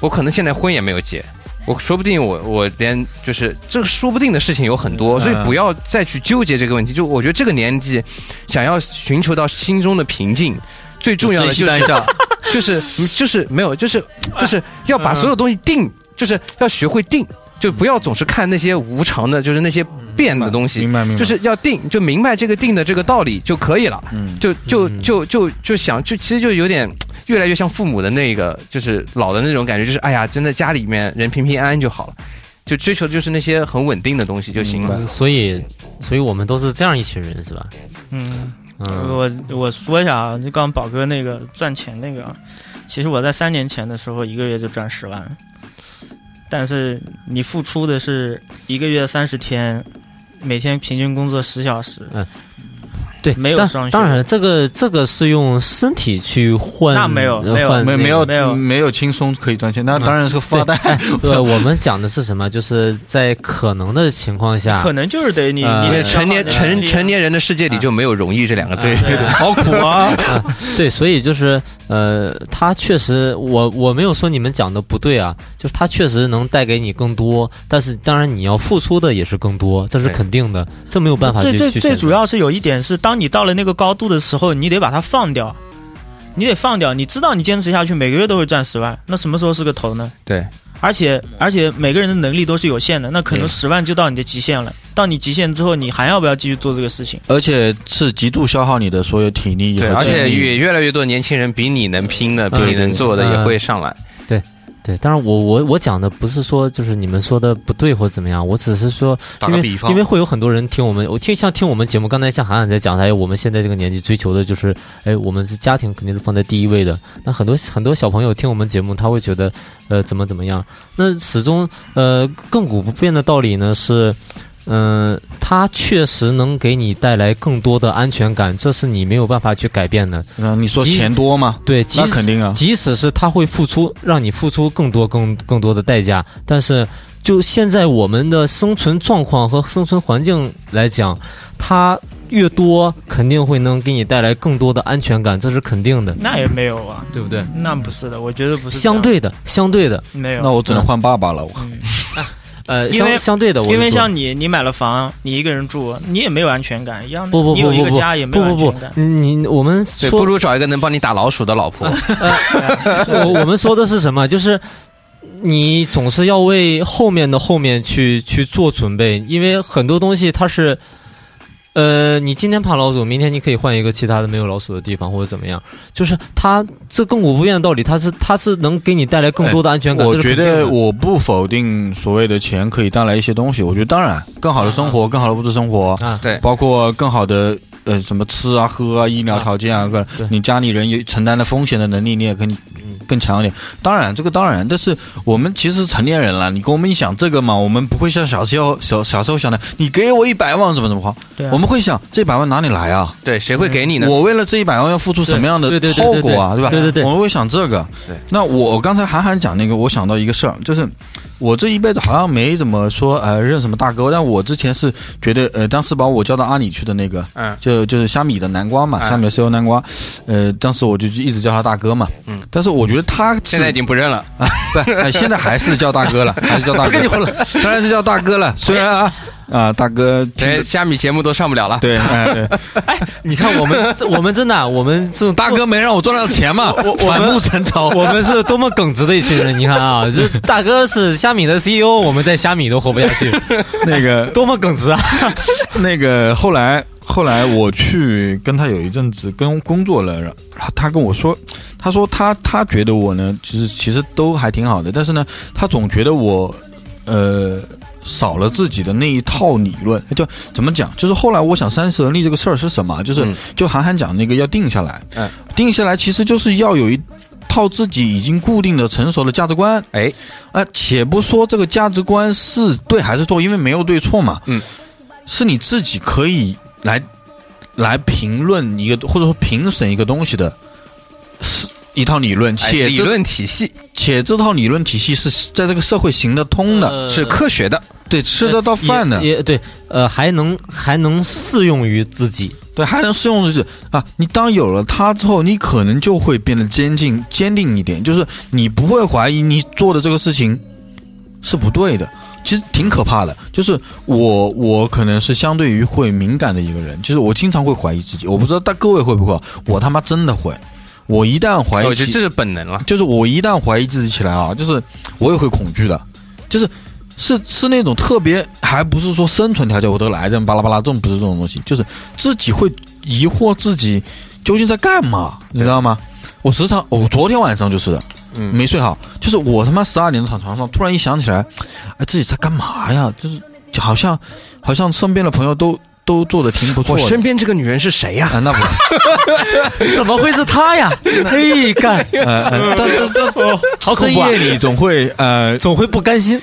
S2: 我可能现在婚也没有结，我说不定我我连就是这个说不定的事情有很多，
S1: 嗯
S2: 所以不要再去纠结这个问题。就我觉得这个年纪，想要寻求到心中的平静，最重要的就
S1: 珍惜
S2: 是
S1: 当 下，
S2: 就是就是没有就是就是要把所有东西
S1: 嗯
S2: 定，就是要学会定，就不要总是看那些无常的，就是那些变的东西
S1: 明。白明白，
S2: 就是要定，就明白这个定的这个道理就可以了。
S1: 嗯，
S2: 就就
S4: 嗯
S2: 就就就想，就其实就有点越来越像父母的那个，就是老的那种感觉，就是哎呀，真的家里面人平平安安就好了，就追求的就是那些很稳定的东西就行了。
S4: 嗯所以，所以我们都是这样一群人，是吧？
S7: 嗯，
S4: 嗯，
S7: 我我说一下啊，就刚宝哥那个赚钱那个啊，其实我在三年前的时候一个月就赚十万，但是你付出的是一个月三十天，每天平均工作十小时，
S4: 对，
S7: 没有
S4: 当
S7: 双休
S4: 当然，这个这个是用身体去换，
S7: 那没有
S4: 呃
S7: 没有
S4: 换
S1: 没
S4: 那个嗯
S1: 没有
S7: 没
S2: 嗯
S7: 有
S1: 没有轻松可以赚钱，那当然是个富二代。
S4: 对，呃我们讲的是什么？就是在可能的情况下，
S7: 可能就是得你、
S4: 呃
S7: 你
S2: 因为嗯
S7: 得
S2: 成年
S7: 消耗你的
S2: 成
S7: 精力
S2: 成年人的世
S1: 啊
S2: 界里就没有容易这两个字。
S7: 对对
S1: 好苦啊！
S4: 对，所以就是呃，他确实，我我没有说你们讲的不对啊，就是他确实能带给你更多，但是当然你要付出的也是更多，这是
S2: 对
S4: 肯定的，这没有办法去
S7: 最最
S4: 去
S7: 最
S4: 选择
S7: 主要是有一点是，当你到了那个高度的时候，你得把它放掉，你得放掉。你知道你坚持下去，每个月都会赚十万，那什么时候是个头呢？
S2: 对，
S7: 而且而且每个人的能力都是有限的，那可能
S2: 嗯
S7: 十万就到你的极限了。到你极限之后，你还要不要继续做这个事情？
S1: 而且是极度消耗你的所有体力和
S2: 对，而且
S1: 精力
S2: 也越来越多年轻人比你能拼的，比
S4: 嗯
S2: 你能做的
S4: 对
S2: 也会上来。
S4: 对，当然我我我讲的不是说就是你们说的不对或怎么样，我只是说
S1: 打
S4: 因
S1: 个
S4: 为
S1: 比方
S4: 因为会有很多人听我们，我听像听我们节目，刚才像涵涵在讲，哎，我们现在这个年纪追求的就是，哎，我们是家庭肯定是放在第一位的。那很多很多小朋友听我们节目，他会觉得，呃，怎么怎么样？那始终呃亘古不变的道理呢是。嗯、它确实能给你带来更多的安全感，这是你没有办法去改变的。
S1: 嗯，你说
S4: 即
S1: 钱多吗？
S4: 对，即
S1: 那
S4: 使
S1: 肯定啊，
S4: 即使是他会付出，让你付出更多、更更多的代价，但是就现在我们的生存状况和生存环境来讲，它越多肯定会能给你带来更多的安全感，这是肯定的，
S7: 那也没有啊，
S4: 对不对？
S7: 那不是的，我觉得不是这样
S4: 相对的，相对的，
S7: 没有。
S1: 那我只能换爸爸了。我
S4: 呃，
S7: 因为
S4: 相相对的，我
S7: 因为
S4: 就说
S7: 像你，你买了房，你一个人住，你也没有安全感一样的。
S4: 不不
S7: 你
S4: 不
S7: 有一
S4: 不
S7: 个
S4: 不
S7: 家也没
S4: 不
S7: 有
S4: 不不
S7: 安全感，。
S4: 你你我们
S2: 对，
S4: 说
S2: 不如找一个能帮你打老鼠的老婆。
S4: 我我们说的是什么？就是你总是要为后面的后面去去做准备，因为很多东西它是，呃，你今天怕老鼠，明天你可以换一个其他的没有老鼠的地方或者怎么样，就是它这亘古不变的道理，它是它是能给你带来更多的安全感。
S1: 哎我
S4: 这是
S1: 觉
S4: 肯定的
S1: 得我不否定所谓的钱可以带来一些东西，我觉得当然更好的生
S4: 嗯
S1: 活，更好的物质生活，
S4: 啊，
S2: 对，
S1: 包括更好的呃什么吃啊、喝啊、医疗条件啊，各
S4: 对
S1: 你家里人有承担的风险的能力，你也可以
S4: 嗯
S1: 更强一点。当然，这个当然，但是我们其实是成年人了，你跟我们一想这个嘛，我们不会像小时候小小时候想的，你给我一百万怎么怎么花，
S7: 对啊
S1: 我们会想这百万哪里来啊？
S2: 对，谁会给你呢？
S1: 我为了这一百万要付出什么样的
S4: 对对对
S1: 后
S4: 对对
S1: 果啊？吧？
S4: 对对对
S1: 我们会想这个
S2: 对。
S1: 那我刚才韩寒讲那个，我想到一个事儿，就是我这一辈子好像没怎么说呃认什么大哥，但我之前是觉得呃，当时把我叫到阿里去的那个，
S2: 嗯，
S1: 就就是虾米的南瓜嘛，
S2: 嗯
S1: 虾米的 CEO 南瓜，呃，当时我就一直叫他大哥嘛。
S2: 嗯
S1: 但是我觉得他是
S2: 现在已经不认了。
S1: 不、哎，现在还是叫大哥了，还是叫大哥，跟你混了，当然是叫大哥了。虽然啊啊，大哥听
S2: 这
S1: 着。
S2: 哎虾米节目都上不了了。
S1: 对，哎对，
S4: 你看我 们我们真的啊我们这种
S1: 大哥没让我赚到钱嘛，反目成仇。
S4: 我们是多么耿直的一群人，你看 啊，这大哥是虾米的 CEO，我们在虾米都活不下去，
S1: 那个
S4: 多么耿直啊！
S1: 那个后来后来我去跟他有一阵子跟工作了，然后他跟我说，他说他他觉得我呢，其实其实都还挺好的，但是呢，他总觉得我呃少了自己的那一套理论。就怎么讲？就是后来我想三十而立这个事儿是什么？就是、
S2: 嗯
S1: 就韩寒讲那个要定下来，
S2: 嗯
S1: 定下来其实就是要有一套自己已经固定的成熟的价值观。
S2: 哎，
S1: 啊，且不说这个价值观是对还是错，因为没有对错嘛。
S2: 嗯，
S1: 是你自己可以来来评论一个或者说评审一个东西的，是一套理论，
S2: 哎
S1: 且
S2: 理
S1: 这、
S2: 论体系
S1: 且这套理论体系是在这个社会行得通的，
S4: 呃
S2: 是科学的，
S1: 对，吃得到饭的，
S4: 也也对，呃，还能还能适用于自己，
S1: 对，还能适用于啊。你当有了它之后，你可能就会变得坚定坚定一点，就是你不会怀疑你做的这个事情是不对的。其实挺可怕的，就是我我可能是相对于会敏感的一个人，就是我经常会怀疑自己，我不知道大各位会不会，我他妈真的会，我一旦怀疑
S2: 哎我
S1: 起
S2: 觉得这是本能了。
S1: 就是我一旦怀疑自己起来啊，就是我也会恐惧的，就是是是那种特别，还不是说生存条件我得了癌症巴拉巴拉，这种不是这种东西，就是自己会疑惑自己究竟在干嘛，你知道吗？我时常，我昨天晚上就是的，
S2: 嗯
S1: 没睡好，就是我他妈十二点躺床上，突然一想起来，哎，自己在干嘛呀？就是好像好像身边的朋友都都做的挺不错
S2: 我
S1: 的
S2: 身。边这个女人是谁呀？
S1: 啊，那不，
S4: 怎么会是他呀？嘿，干，
S1: 呃，呃但但但，
S4: 好 恐怖啊
S1: 深夜里总会 呃
S4: 总会不甘心，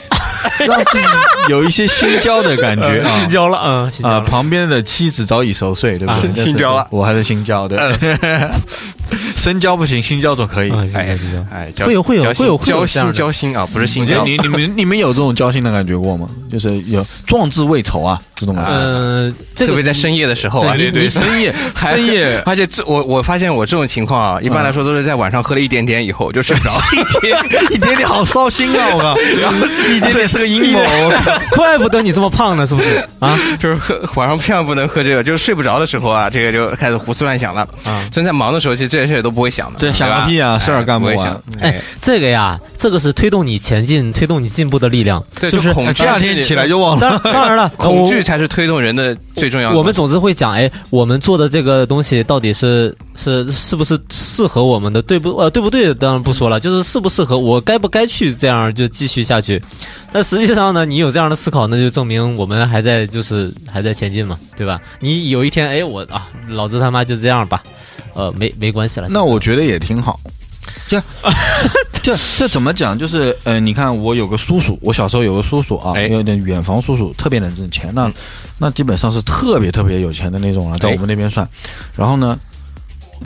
S1: 让自己有一些心焦的感觉啊
S4: 心焦了，嗯，心焦
S1: 啊！
S4: 了。
S1: 旁边的妻子早已熟睡，对不对？
S2: 啊
S1: 但是
S2: 心焦了嗯
S1: 我还是心焦的。 深交不行，心焦总可以。
S4: 啊
S1: 我
S2: 哎
S4: 心焦心焦
S2: 哎，交
S4: 会有会有
S2: 交心
S4: 会有会
S2: 交
S4: 有这样
S2: 心
S4: 的
S2: 交心啊，不是心
S1: 觉得
S2: 交。
S1: 你你们你们有这种交心的感觉过吗？就是有壮志未酬啊，这种感觉。
S4: 嗯，这
S2: 特
S4: 个
S2: 别在深夜的时候啊，
S1: 你你深夜
S2: 还
S1: 深夜嗯
S2: 而且最我我发现我这种情况啊，一般来说都是在晚上喝了一点点以后就睡不着，一点
S1: 一点点好烧心啊！ 我靠， 一点点是个阴谋。
S4: 怪不得你这么胖呢，是不是啊？
S2: 就是喝晚上千万不能喝这个，就是睡不着的时候啊，这个就开始胡思乱想了。
S4: 啊，
S2: 真在忙的时候，其实这些事儿都不会想
S1: 嗯
S2: 的，
S1: 对想
S2: 吧
S1: 个屁啊
S2: 哎
S1: 事儿干不
S2: 不会
S1: 完
S2: 想
S4: 哎
S2: 哎，，
S4: 这个呀，这个是推动你前进、推动你进步的力量。
S2: 对，
S4: 就是
S2: 恐惧
S1: 哎第
S2: 嗯
S1: 二天起来就忘了。
S4: 当然当然了，呃
S2: 恐惧
S4: 我
S2: 才是推动人的最重要的
S4: 我们总是会讲，哎，我们做的这个东西到底是是是不是适合我们的，对不呃对不对？当然不说了，就是适不适合我，该不该去这样就继续下去。但实际上呢，你有这样的思考，那就证明我们还在就是还在前进嘛，对吧？你有一天，哎，我啊，老子他妈就这样吧，呃，没没关系了。
S1: 那我觉得也挺好。这 这这怎么讲？就是呃，你看我有个叔叔，我小时候有个叔叔啊，
S2: 哎嗯
S1: 有点远房叔叔，特别能挣钱，那、那基本上是特别特别有钱的那种了，啊在
S2: 哎
S1: 我们那边算。然后呢，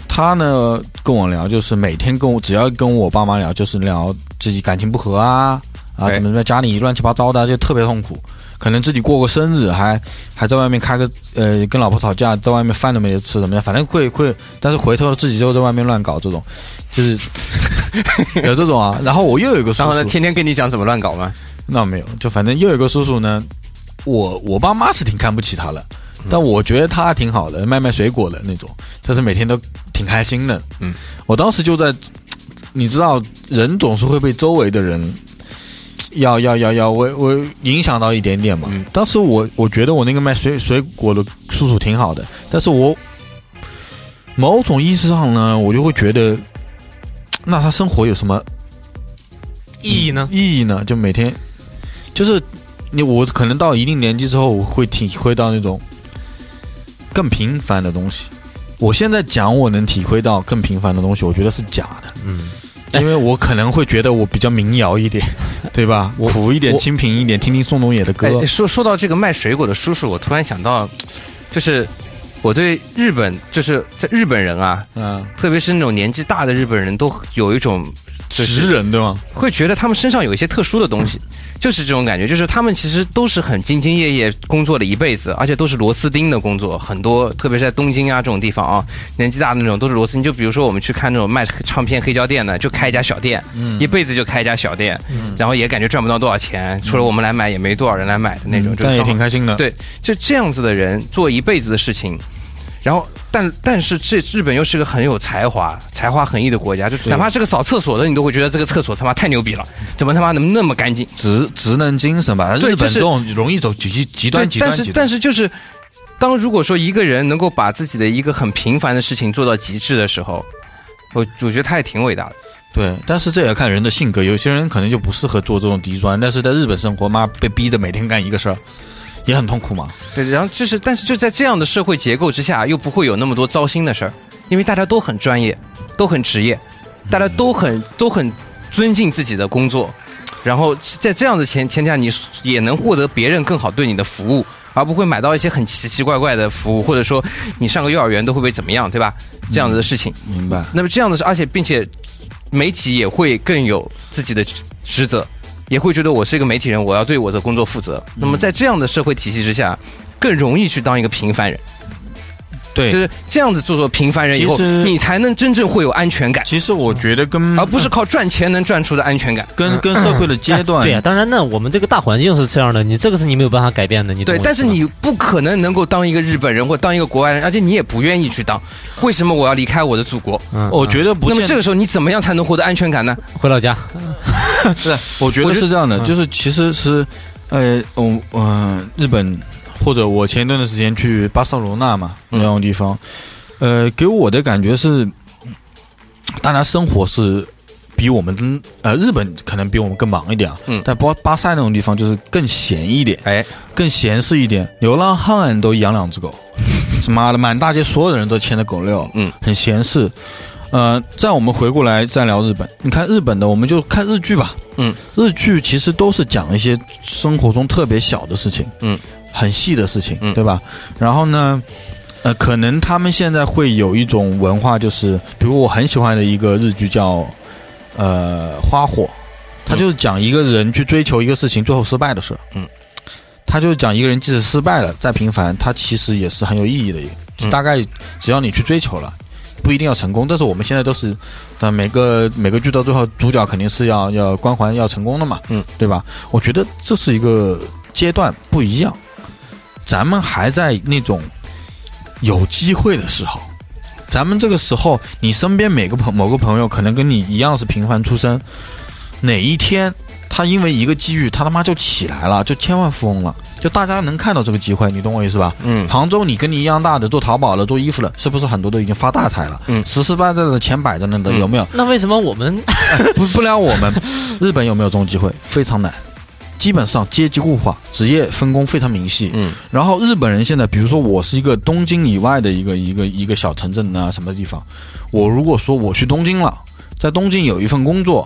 S1: 他呢跟我聊，就是每天跟我只要跟我爸妈聊，就是聊自己感情不和啊啊，
S2: 哎
S1: 怎么怎么家里乱七八糟的，啊就特别痛苦。可能自己过个生日，还还在外面开个呃，跟老婆吵架，在外面饭都没得吃，怎么样？反正会会，但是回头自己就在外面乱搞这种，就是 有这种啊。然后我又有一个叔
S2: 然后呢，
S1: 叔，
S2: 天天跟你讲怎么乱搞嘛，
S1: 那没有，就反正又有一个叔叔呢，我我爸妈是挺看不起他的，
S2: 嗯
S1: 但我觉得他挺好的，卖卖水果的那种，就是每天都挺开心的。
S2: 嗯，
S1: 我当时就在，你知道，人总是会被周围的人。要要要要，我我影响到一点点嘛。
S2: 嗯
S1: 当时我我觉得我那个卖水水果的叔叔挺好的，但是我某种意识上呢，我就会觉得，那他生活有什么
S4: 意义呢？
S1: 意义呢？就每天，就是你我可能到一定年纪之后，我会体会到那种更平凡的东西。我现在讲我能体会到更平凡的东西，我觉得是假的，
S4: 嗯，
S1: 因为我可能会觉得我比较民谣一 点，对吧？
S4: 我
S1: 苦一点，
S4: 我
S1: 清贫一点，听听宋冬野的歌。
S2: 哎，说说到这个卖水果的叔叔，我突然想到，就是我对日本，就是在日本人啊，
S1: 嗯，
S2: 特别是那种年纪大的日本人，都有一种就是
S1: 直人对吗？
S2: 会觉得他们身上有一些特殊的东西，就是这种感觉，就是他们其实都是很兢兢业业工作了一辈子，而且都是螺丝钉的工作，很多特别是在东京啊这种地方啊，年纪大的那种都是螺丝钉。就比如说我们去看那种卖唱片黑胶店的，就开一家小店，
S1: 嗯
S2: 一辈子就开一家小店，然后也感觉赚不到多少钱，除了我们来买，也没多少人来买的那种，就是
S1: 嗯但也
S2: 刚好
S1: 挺开心的。
S2: 对，就这样子的人做一辈子的事情，然后但但是这日本又是个很有才华、才华横溢的国家，就哪怕是个扫厕所的，你都会觉得这个厕所他妈太牛逼了，怎么他妈能那么干净？
S1: 直直男精神吧，
S2: 对
S1: 日本
S2: 就是
S1: 这种容易走极极极端
S2: 对
S1: 极端
S2: 但是
S1: 极端
S2: 但。是就是。当如果说一个人能够把自己的一个很平凡的事情做到极致的时候，我我觉得他也挺伟大的。
S1: 对，但是这也看人的性格，有些人可能就不适合做这种低专，但是在日本生活，妈被逼的每天干一个事儿，也很痛苦嘛。
S2: 对，然后就是，但是就在这样的社会结构之下，又不会有那么多糟心的事儿，因为大家都很专业，都很职业，大家都很、
S1: 嗯
S2: 都很尊敬自己的工作，然后在这样的前前提下，你也能获得别人更好对你的服务，而不会买到一些很奇奇怪怪的服务，或者说你上个幼儿园都会被怎么样，对吧？这样子的事情，
S1: 嗯明白？
S2: 那么这样的是，而且并且媒体也会更有自己的职职责，也会觉得我是一个媒体人，我要对我的工作负责。那
S1: 嗯
S2: 么在这样的社会体系之下，更容易去当一个平凡人，就
S1: 对，
S2: 是这样子做做平凡人以后，
S1: 其实
S2: 你才能真正会有安全感，
S1: 其实我觉得跟
S2: 而不是靠赚钱能赚出的安全感。
S1: 跟跟社会的阶段，
S4: 对呀、啊当然呢，我们这个大环境是这样的，你这个是你没有办法改变的，你懂
S2: 对，
S4: 我
S2: 但
S4: 意思
S2: 是
S4: 吧
S2: 你不可能能够当一个日本人或当一个国外人，而且你也不愿意去当。为什么我要离开我的祖国？
S4: 嗯，
S1: 我觉得不
S2: 那
S1: 见
S2: 么这个时候你怎么样才能获得安全感呢？
S4: 嗯回老家，
S1: 是，我觉
S2: 啊我
S1: 得
S2: 觉
S1: 是这样的，
S4: 嗯
S1: 就是其实是，呃，嗯、呃，日本或者我前一段时间去巴塞罗那嘛
S2: 嗯
S1: 那种地方，呃，给我的感觉是，大家生活是比我们真呃日本可能比我们更忙一点啊，
S2: 嗯
S1: 但巴巴塞那种地方就是更闲一点，
S2: 哎，
S1: 更闲适一点，流浪汉都养两只 狗，他妈的满大街所有的人都牵着狗遛，
S2: 嗯，
S1: 很闲适。呃，再我们回过来再聊日本，你看日本的，我们就看日剧吧，
S2: 嗯，
S1: 日剧其实都是讲一些生活中特别小的事情，
S2: 嗯，
S1: 很细的事情，
S2: 嗯
S1: 对吧？然后呢？呃，可能他们现在会有一种文化，就是比如我很喜欢的一个日剧叫，呃，花火，它就是讲一个人去追求一个事情最后失败的事儿。
S2: 嗯，
S1: 它就是讲一个人即使失败了再平凡，它其实也是很有意义的一个。
S2: 嗯
S1: 大概只要你去追求了，不一定要成功，但是我们现在都是，但每个每个剧到最后主角肯定是要要光环要成功的嘛，
S2: 嗯，
S1: 对吧？我觉得这是一个阶段不一样，咱们还在那种有机会的时候。咱们这个时候，你身边每个朋某个朋友可能跟你一样是平凡出身，哪一天他因为一个机遇，他他妈就起来了，就千万富翁了，就大家能看到这个机会，你懂我意思吧？
S2: 嗯，
S1: 杭州，你跟你一样大的做淘宝了，做衣服了，是不是很多都已经发大财了？
S2: 嗯
S1: 实实在在的钱摆着呢的，
S2: 嗯
S1: 有没有？
S4: 那为什么我们
S1: 不不聊我们，日本有没有这种机会？非常难，基本上阶级固化，职业分工非常明细。
S2: 嗯，
S1: 然后日本人现在，比如说我是一个东京以外的一个一个一个小城镇啊，什么地方，我如果说我去东京了，在东京有一份工作。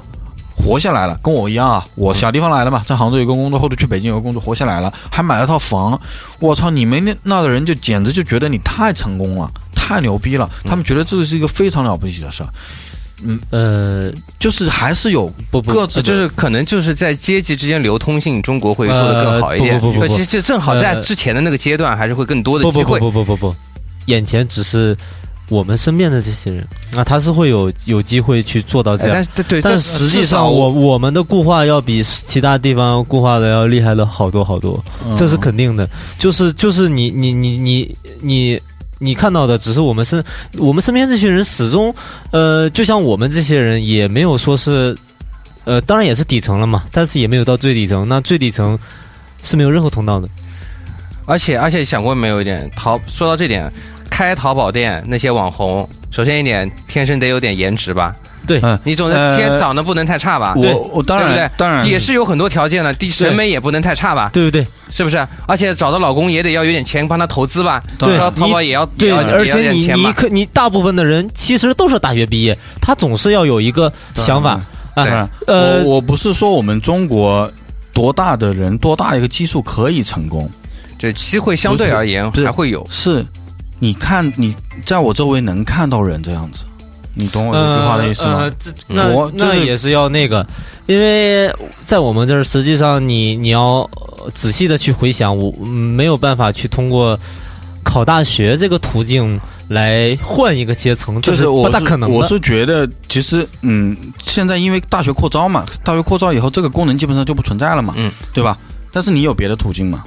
S1: 活下来了，跟我一样啊！我小地方来的嘛，在杭州有一个工作，或者去北京有个工作，活下来了，还买了套房。我操，你们那那的人就简直就觉得你太成功了，太牛逼了，他们觉得这是一个非常了不起的事儿，
S4: 呃
S1: 就是还是有
S4: 不不
S1: 各自的
S2: 就是可能就是在阶级之间流通性，中国会做得更好一点。
S4: 呃不不不不不
S2: 其实正好在
S4: 呃
S2: 之前的那个阶段，还是会更多的
S4: 不
S2: 机
S4: 不
S2: 会。
S4: 不不不不不，眼前只是我们身边的这些人，那、他是会有有机会去做到这
S2: 哎
S4: 样
S2: 但。是对，
S4: 但
S2: 这
S4: 实际
S1: 至少
S4: 上我，我们的固化要比其他地方固化的要厉害了好多好多，
S2: 嗯
S4: 这
S1: 呃
S4: 是肯定的。就是就是你你你你你你看到的，只是我们身我们身边这群人始终，呃，就像我们这些人也没有说是，呃，当然也是底层了嘛，但是也没有到最底层。那最底层是没有任何通道的。
S2: 而且而且想过没有一点，淘说到这点，开淘宝店那些网红，首先一点，天生得有点颜值吧？
S4: 对
S1: 嗯
S2: 你总得
S1: 呃
S2: 先长得不能太差吧？
S1: 我我当然
S2: 对不对
S1: 当
S4: 嗯
S1: 然
S2: 也是有很多条件的，第审美也不能太差吧，
S4: 对不对？
S2: 是不是？而且找的老公也得要有点钱帮他投资吧，
S1: 对
S2: 说淘宝也要
S4: 对，
S2: 也要
S4: 而
S2: 也
S4: 且
S2: 要点
S4: 你
S2: 钱
S4: 你
S2: 吧
S4: 可你大部分的人其实都是大学毕业，他总是要有一个想法
S1: 当
S4: 啊，
S1: 然，
S4: 呃
S1: 我我不是说我们中国多大的人多大一个基数可以成功，
S2: 对机会相对而言
S1: 不是
S2: 还会有。
S1: 是你看你在我周围能看到人这样子，你懂我这句话的意思
S4: 呃呃
S1: 吗？
S4: 这
S1: 我
S4: 那
S1: 就
S4: 那
S1: 是
S4: 也是要那个，因为在我们这儿，实际上你你要呃仔细的去回想，我嗯没有办法去通过考大学这个途径来换一个阶层，这
S1: 就是我
S4: 不大
S1: 是
S4: 可能
S1: 我
S4: 的。
S1: 是觉得其实嗯，现在因为大学扩招嘛，大学扩招以后这个功能基本上就不存在了嘛，
S2: 嗯，
S1: 对吧？但是你有别的途径嘛？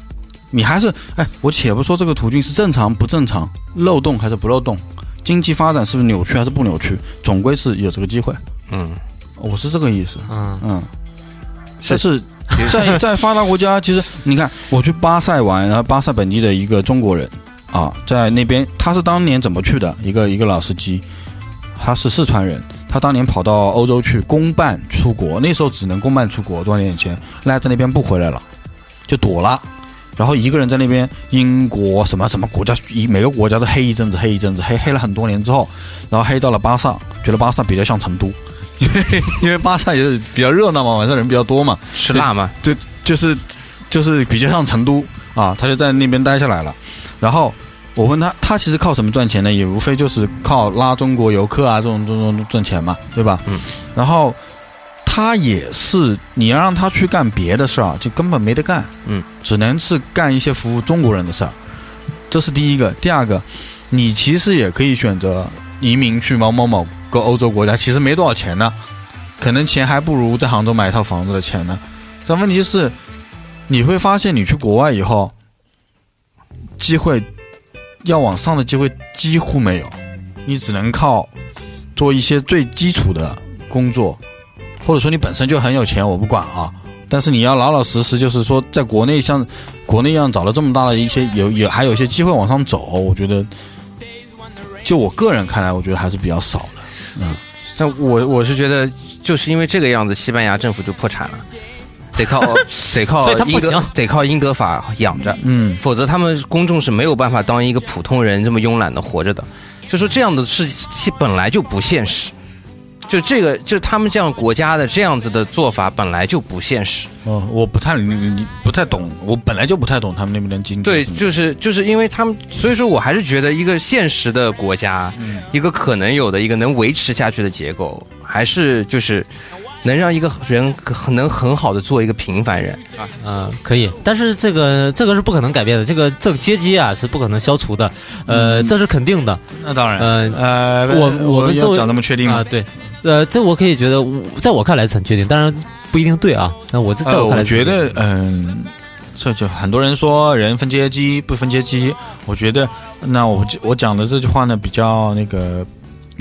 S1: 你还是哎，我且不说这个途径是正常不正常，漏洞还是不漏洞，经济发展是不是扭曲还是不扭曲，总归是有这个机会。
S2: 嗯，
S1: 我是这个意思。
S4: 嗯，
S1: 嗯，
S2: 是
S1: 但是在在发达国家，其实你看，我去巴塞玩，然后巴塞本地的一个中国人啊，在那边他是当年怎么去的？一个一个老司机，他是四川人，他当年跑到欧洲去公办出国，那时候只能公办出国，多少年以前，赖在那边不回来了，就躲了。然后一个人在那边英国什么什么国家，一每个国家都黑一阵子，黑一阵子，黑黑了很多年之后，然后黑到了巴萨，觉得巴萨比较像成都， 因为因为巴萨也是比较热闹嘛，晚上人比较多嘛，
S2: 吃辣吗？
S1: 就是就是比较像成都啊，他就在那边待下来了。然后我问他，他其实靠什么赚钱呢？也无非就是靠拉中国游客啊这种这种赚钱嘛，对吧？
S2: 嗯。
S1: 然后他也是，你要让他去干别的事儿啊，就根本没得干。
S2: 嗯。
S1: 只能是干一些服务中国人的事儿，这是第一个。第二个，你其实也可以选择移民去某某某个欧洲国家，其实没多少钱呢，可能钱还不如在杭州买一套房子的钱呢。但问题是，你会发现你去国外以后，机会要往上的机会几乎没有，你只能靠做一些最基础的工作，或者说你本身就很有钱，我不管啊。但是你要老老实实，就是说，在国内像国内一样找了这么大的一些有有还有一些机会往上走，我觉得，就我个人看来，我觉得还是比较少的。
S2: 那我我是觉得，就是因为这个样子，西班牙政府就破产了，得靠得靠，
S4: 所以他不行，
S2: 得靠英格法养着，
S1: 嗯，
S2: 否则他们公众是没有办法当一个普通人这么慵懒的活着的。就说这样的事情本来就不现实，就这个就是他们这样国家的这样子的做法本来就不现实。
S1: 哦，我不太理理不太懂，我本来就不太懂他们那边的经济。
S2: 对，就是就是因为他们，所以说我还是觉得一个现实的国家，一个可能有的一个能维持下去的结构，还是就是能让一个人很能很好的做一个平凡人。
S4: 嗯，可以，但是这个这个是不可能改变的，这个这个阶级啊是不可能消除的，
S1: 嗯
S4: 呃，这是肯定的
S1: 那当然，
S4: 嗯
S1: 呃，
S4: 我我们
S1: 要
S4: 作为
S1: 讲那么确定吗
S4: 啊，？对，呃，这我可以觉得，我在我看来是很确定，当然不一定对啊，那我这在
S1: 呃我
S4: 看来是很
S1: 觉
S4: 确定的，
S1: 得，嗯，这就很多人说人分阶级不分阶级，我觉得，那我我讲的这句话呢，比较那个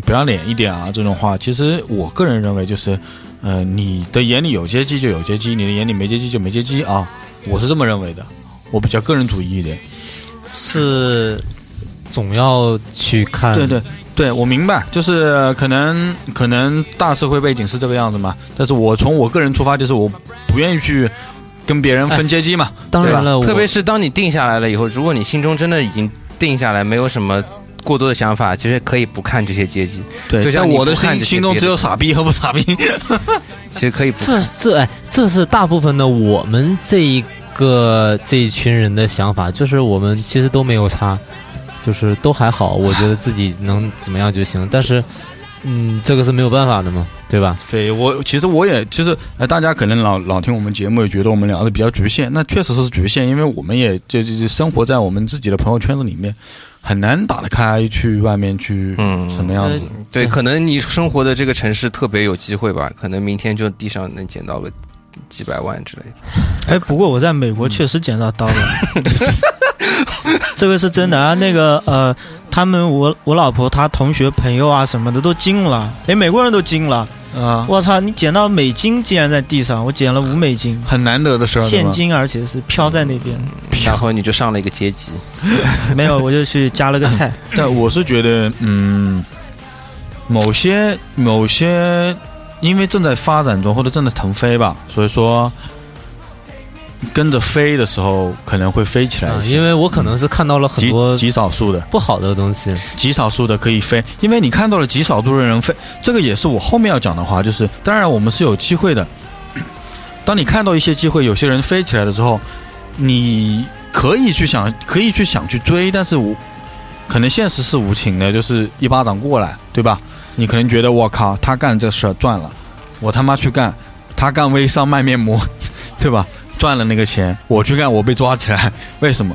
S1: 不要脸一点啊，这种话，其实我个人认为就是，呃，你的眼里有阶级就有阶级，你的眼里没阶级就没阶级啊，我是这么认为的，我比较个人主义一点。
S4: 是总要去
S2: 嗯
S4: 看，
S1: 对对对，我明白，就是可能可能大社会背景是这个样子嘛，但是我从我个人出发，就是我不愿意去跟别人
S2: 哎
S1: 分阶级嘛。
S4: 当然了，我
S2: 特别是当你定下来了以后，如果你心中真的已经定下来，没有什么过多的想法，其实可以不看这些阶级，
S1: 对
S2: 就像
S1: 在
S2: 你
S1: 我的
S2: 不看
S1: 心
S2: 这些
S1: 心中
S2: 别的
S1: 只有傻逼和不 傻逼。
S2: 其实可以不看。
S4: 这这哎，这是大部分的我们这一个这一群人的想法，就是我们其实都没有差，就是都还好，我觉得自己能怎么样就行。但是，嗯，这个是没有办法的嘛，对吧？
S1: 对我，其实我也其实，呃，大家可能老老听我们节目，也觉得我们聊的比较局限，那确实是局限，因为我们也就就就生活在我们自己的朋友圈子里面，很难打得开去外面去
S2: 嗯
S1: 什么样
S4: 呃
S1: 子。
S2: 对，可能你生活的这个城市特别有机会吧，可能明天就地上能捡到个几百万之类的。
S7: 哎，不过我在美国确实捡到刀了， 这个是真的啊。那个呃，他们我我老婆她同学朋友啊什么的都惊了，连美国人都惊了。
S2: 嗯
S1: 啊、
S7: 我操，你捡到美金竟然在地上，我捡了五美金，
S1: 很难得的事儿，对
S7: 现
S1: 吧
S7: 金，而且是飘在那边。
S2: 然后你就上了一个阶级，
S7: 没有，我就去加了个 菜。
S1: 但我是觉得，嗯，某些某些，因为正在发展中或者正在腾飞吧，所以说跟着飞的时候可能会飞起来
S4: 啊
S1: 一些，
S4: 因为我可能是看到了很
S1: 极
S4: 多
S1: 极少数的，
S4: 不好的东西，
S1: 极少数的可以飞，因为你看到了极少数的人飞，这个也是我后面要讲的话，就是当然我们是有机会的。当你看到一些机会，有些人飞起来了之后，你可以去想，可以去想去追，但是我可能现实是无情的，就是一巴掌过来，对吧？你可能觉得我靠，他干这事儿赚了，我他妈去干，他干微商卖面膜， 对吧？赚了那个钱，我去干，我被抓起来，为什么？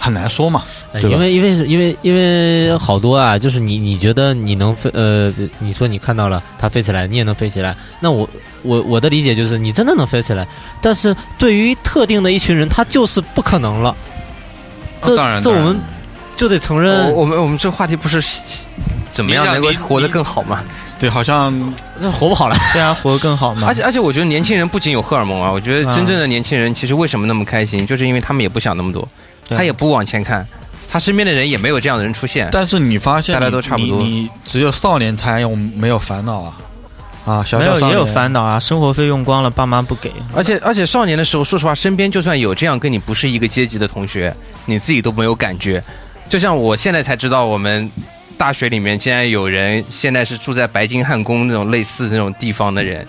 S1: 很难说嘛。
S4: 哎
S1: 对吧
S4: 因为因为是因为因为好多啊，就是你你觉得你能飞，呃，你说你看到了它飞起来，你也能飞起来。那我我我的理解就是你真的能飞起来，但是对于特定的一群人，他就是不可能了。这、
S1: 哦当然
S4: 这
S1: 当
S4: 我
S1: 然
S4: 们就得承认
S2: 我，我们我们这话题不是西西怎么样
S1: 你俩
S2: 能够
S1: 你
S2: 活得更好吗？
S1: 对，好像
S4: 这活不好了。
S7: 这样啊活得更
S1: 嗯
S7: 好嘛
S2: 而？且而且，我觉得年轻人不仅有荷尔蒙啊，我
S4: 嗯
S2: 觉得真正的年轻人其实为什么那么开心，就是因为他们也不想那么多，
S7: 对
S2: 他也不往前看，他身边的人也没有这样的人出现。
S1: 但是你发现你
S2: 大家都差不多
S1: 你你只有少年才有没有烦恼啊啊，小
S7: 没
S1: 小
S7: 有
S1: 少
S7: 也有
S1: 年
S7: 烦恼啊，生活费用光了，爸妈不给。
S2: 而且而且少年的时候，说实话，身边就算有这样跟你不是一个阶级的同学，你自己都没有感觉。就像我现在才知道，我们大学里面竟然有人现在是住在白金汉宫那种类似那种地方的人，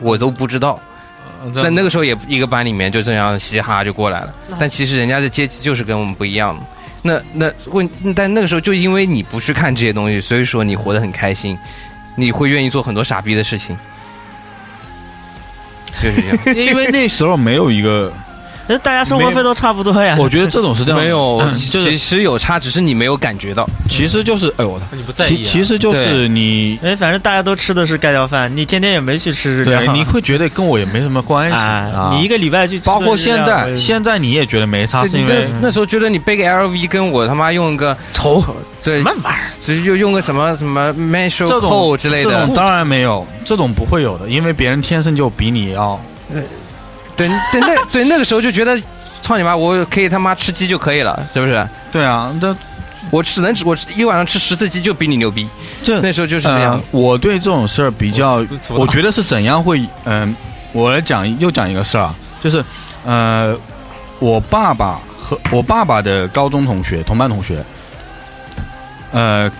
S2: 我都不知道。
S1: 啊
S2: 在那个时候也一个班里面就这样嘻哈就过来了，但其实人家的阶级就是跟我们不一样的。那那问，但那个时候就因为你不去看这些东西，所以说你活得很开心，你会愿意做很多傻逼的事情，就是这样。
S1: 因为那时候没有一 个，
S7: 那大家生活费都差不多呀。
S1: 我觉得这种是这样的，嗯
S2: 没有，
S1: 就
S2: 其
S1: 是
S2: 实有差，只是你没有感觉到。
S1: 其实就是哎呦我的，
S4: 你不在意、
S1: 其
S4: 啊？
S1: 其实就
S2: 对
S1: 是你
S7: 哎，反正大家都吃的是盖浇饭，你天天也没去吃日料
S1: 对，你会觉得跟我也没什么关系
S7: 啊，你一
S1: 个
S7: 个礼拜去吃
S1: 包
S7: 顿日料，
S1: 括现在，
S7: 我
S1: 现在你也觉得没差，啊是因为
S2: 那那时候觉得你背个 LV 跟我他妈用一个
S7: 愁
S2: 对
S7: 什么玩意儿？
S2: 直接就用个什么什么 m a s h
S1: 这
S2: o
S1: 种
S2: o 之类
S1: 这种
S2: 的，
S1: 当然没有，这种不会有的，因为别人天生就比你要
S2: 对对那对那个时候就觉得，操你妈，我可以他妈吃鸡就可以了，是不是？
S1: 对啊，那
S2: 我只能我一晚上吃十次鸡就比你牛逼，
S1: 这
S2: 那时候就是这样
S1: 呃。我对这种事儿比较
S4: 我，
S1: 我觉得是呃怎样会，嗯、我来讲又讲一个事儿啊，就是，呃，我爸爸和我爸爸的高中同学，同班同学，呃，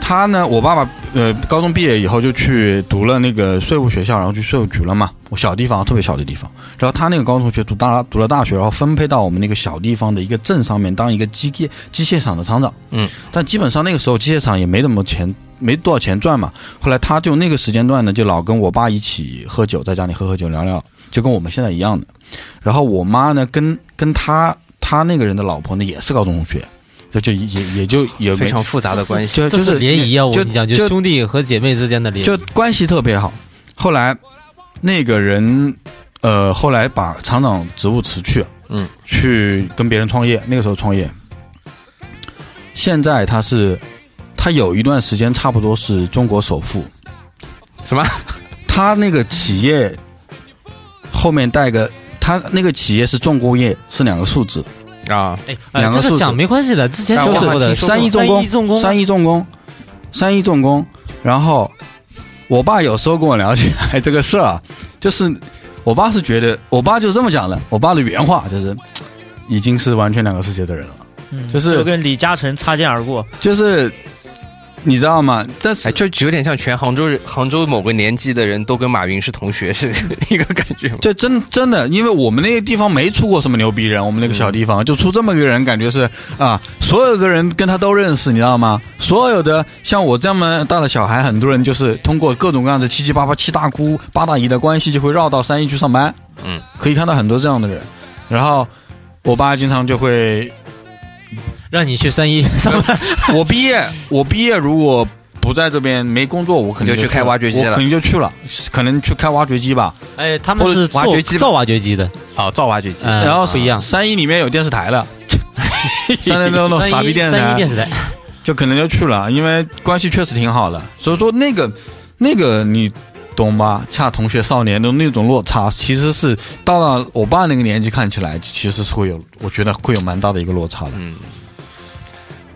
S1: 他呢，我爸爸呃，高中毕业以后就去读了那个税务学校，然后去税务局了嘛，我小地方特别小的地方。然后他那个高中同学读大读了大学，然后分配到我们那个小地方的一个镇上面当一个机械机械厂的厂长。
S2: 嗯，
S1: 但基本上那个时候机械厂也没怎么钱，没多少钱赚嘛。后来他就那个时间段呢，就老跟我爸一起喝酒，在家里喝喝酒聊聊，就跟我们现在一样的。然后我妈呢，跟跟他他那个人的老婆呢，也是高中同学，就就也也就也
S2: 非
S1: 没
S2: 常复杂的关系，
S1: 就
S4: 这
S1: 就是
S4: 是联谊啊！我
S1: 就
S4: 跟你讲，
S1: 就
S4: 就兄弟和姐妹之间的联谊，
S1: 就关系特别好。后来那个人，呃，后来把厂长职务辞去，
S2: 嗯，
S1: 去跟别人创业。那个时候创业，现在他是他有一段时间差不多是中国首富。
S2: 什么？
S1: 他那个企业后面带个，他那个企业是重工业，是两个数字，
S2: 啊，
S4: 哎，哎
S1: 两个
S4: 这
S1: 数
S4: 个
S1: 字
S4: 讲没关系的，之前
S1: 啊
S2: 但
S4: 讲
S2: 我
S4: 过的
S2: 听说过
S1: 三一重
S4: 三
S1: 工，
S4: 一重工，啊
S1: 三一重工，啊三一重工。然后我爸有时候跟我聊起来这个事儿啊，就是我爸是觉得，我爸就这么讲的，我爸的原话就是，已经是完全两个世界的人了，
S7: 嗯
S1: 就是
S7: 就跟李嘉诚擦肩而过，
S1: 就是你知道吗？但是
S2: 哎，就有点像全杭州人，杭州某个年纪的人都跟马云是同学，是一个感觉吗？
S1: 这真真的，因为我们那个地方没出过什么牛逼人，我们那个小地方、就出这么一个人，感觉是啊，所有的人跟他都认识，你知道吗？所有的像我这么大的小孩，很多人就是通过各种各样的七七八八、七大姑八大姨的关系，就会绕到三一去上班。
S2: 嗯，
S1: 可以看到很多这样的人。然后我爸经常就会，
S4: 让你去三一 上班，
S1: 我毕业，我毕业如果不在这边没工作，我肯定
S2: 你就去开挖掘机
S1: 我
S2: 了
S1: 肯定就去了，可能去开挖掘机吧。
S4: 哎，他们
S1: 或者
S4: 是
S2: 挖
S4: 做
S2: 掘机吧
S4: 造挖掘机的，
S2: 啊，造挖掘机
S4: 嗯
S1: 然后
S4: 不一样，
S1: 三一里面有电视台 了。三那那种
S4: 三一
S1: 傻逼电视
S4: 三一
S1: 台，
S4: 电视台，
S1: 就可能就去了，因为关系确实挺好的。所以说那个那个你懂吧？恰同学少年的那种落差，其实是到了我爸那个年纪看起来，其实是会有，我觉得会有蛮大的一个落差
S4: 嗯
S1: 的。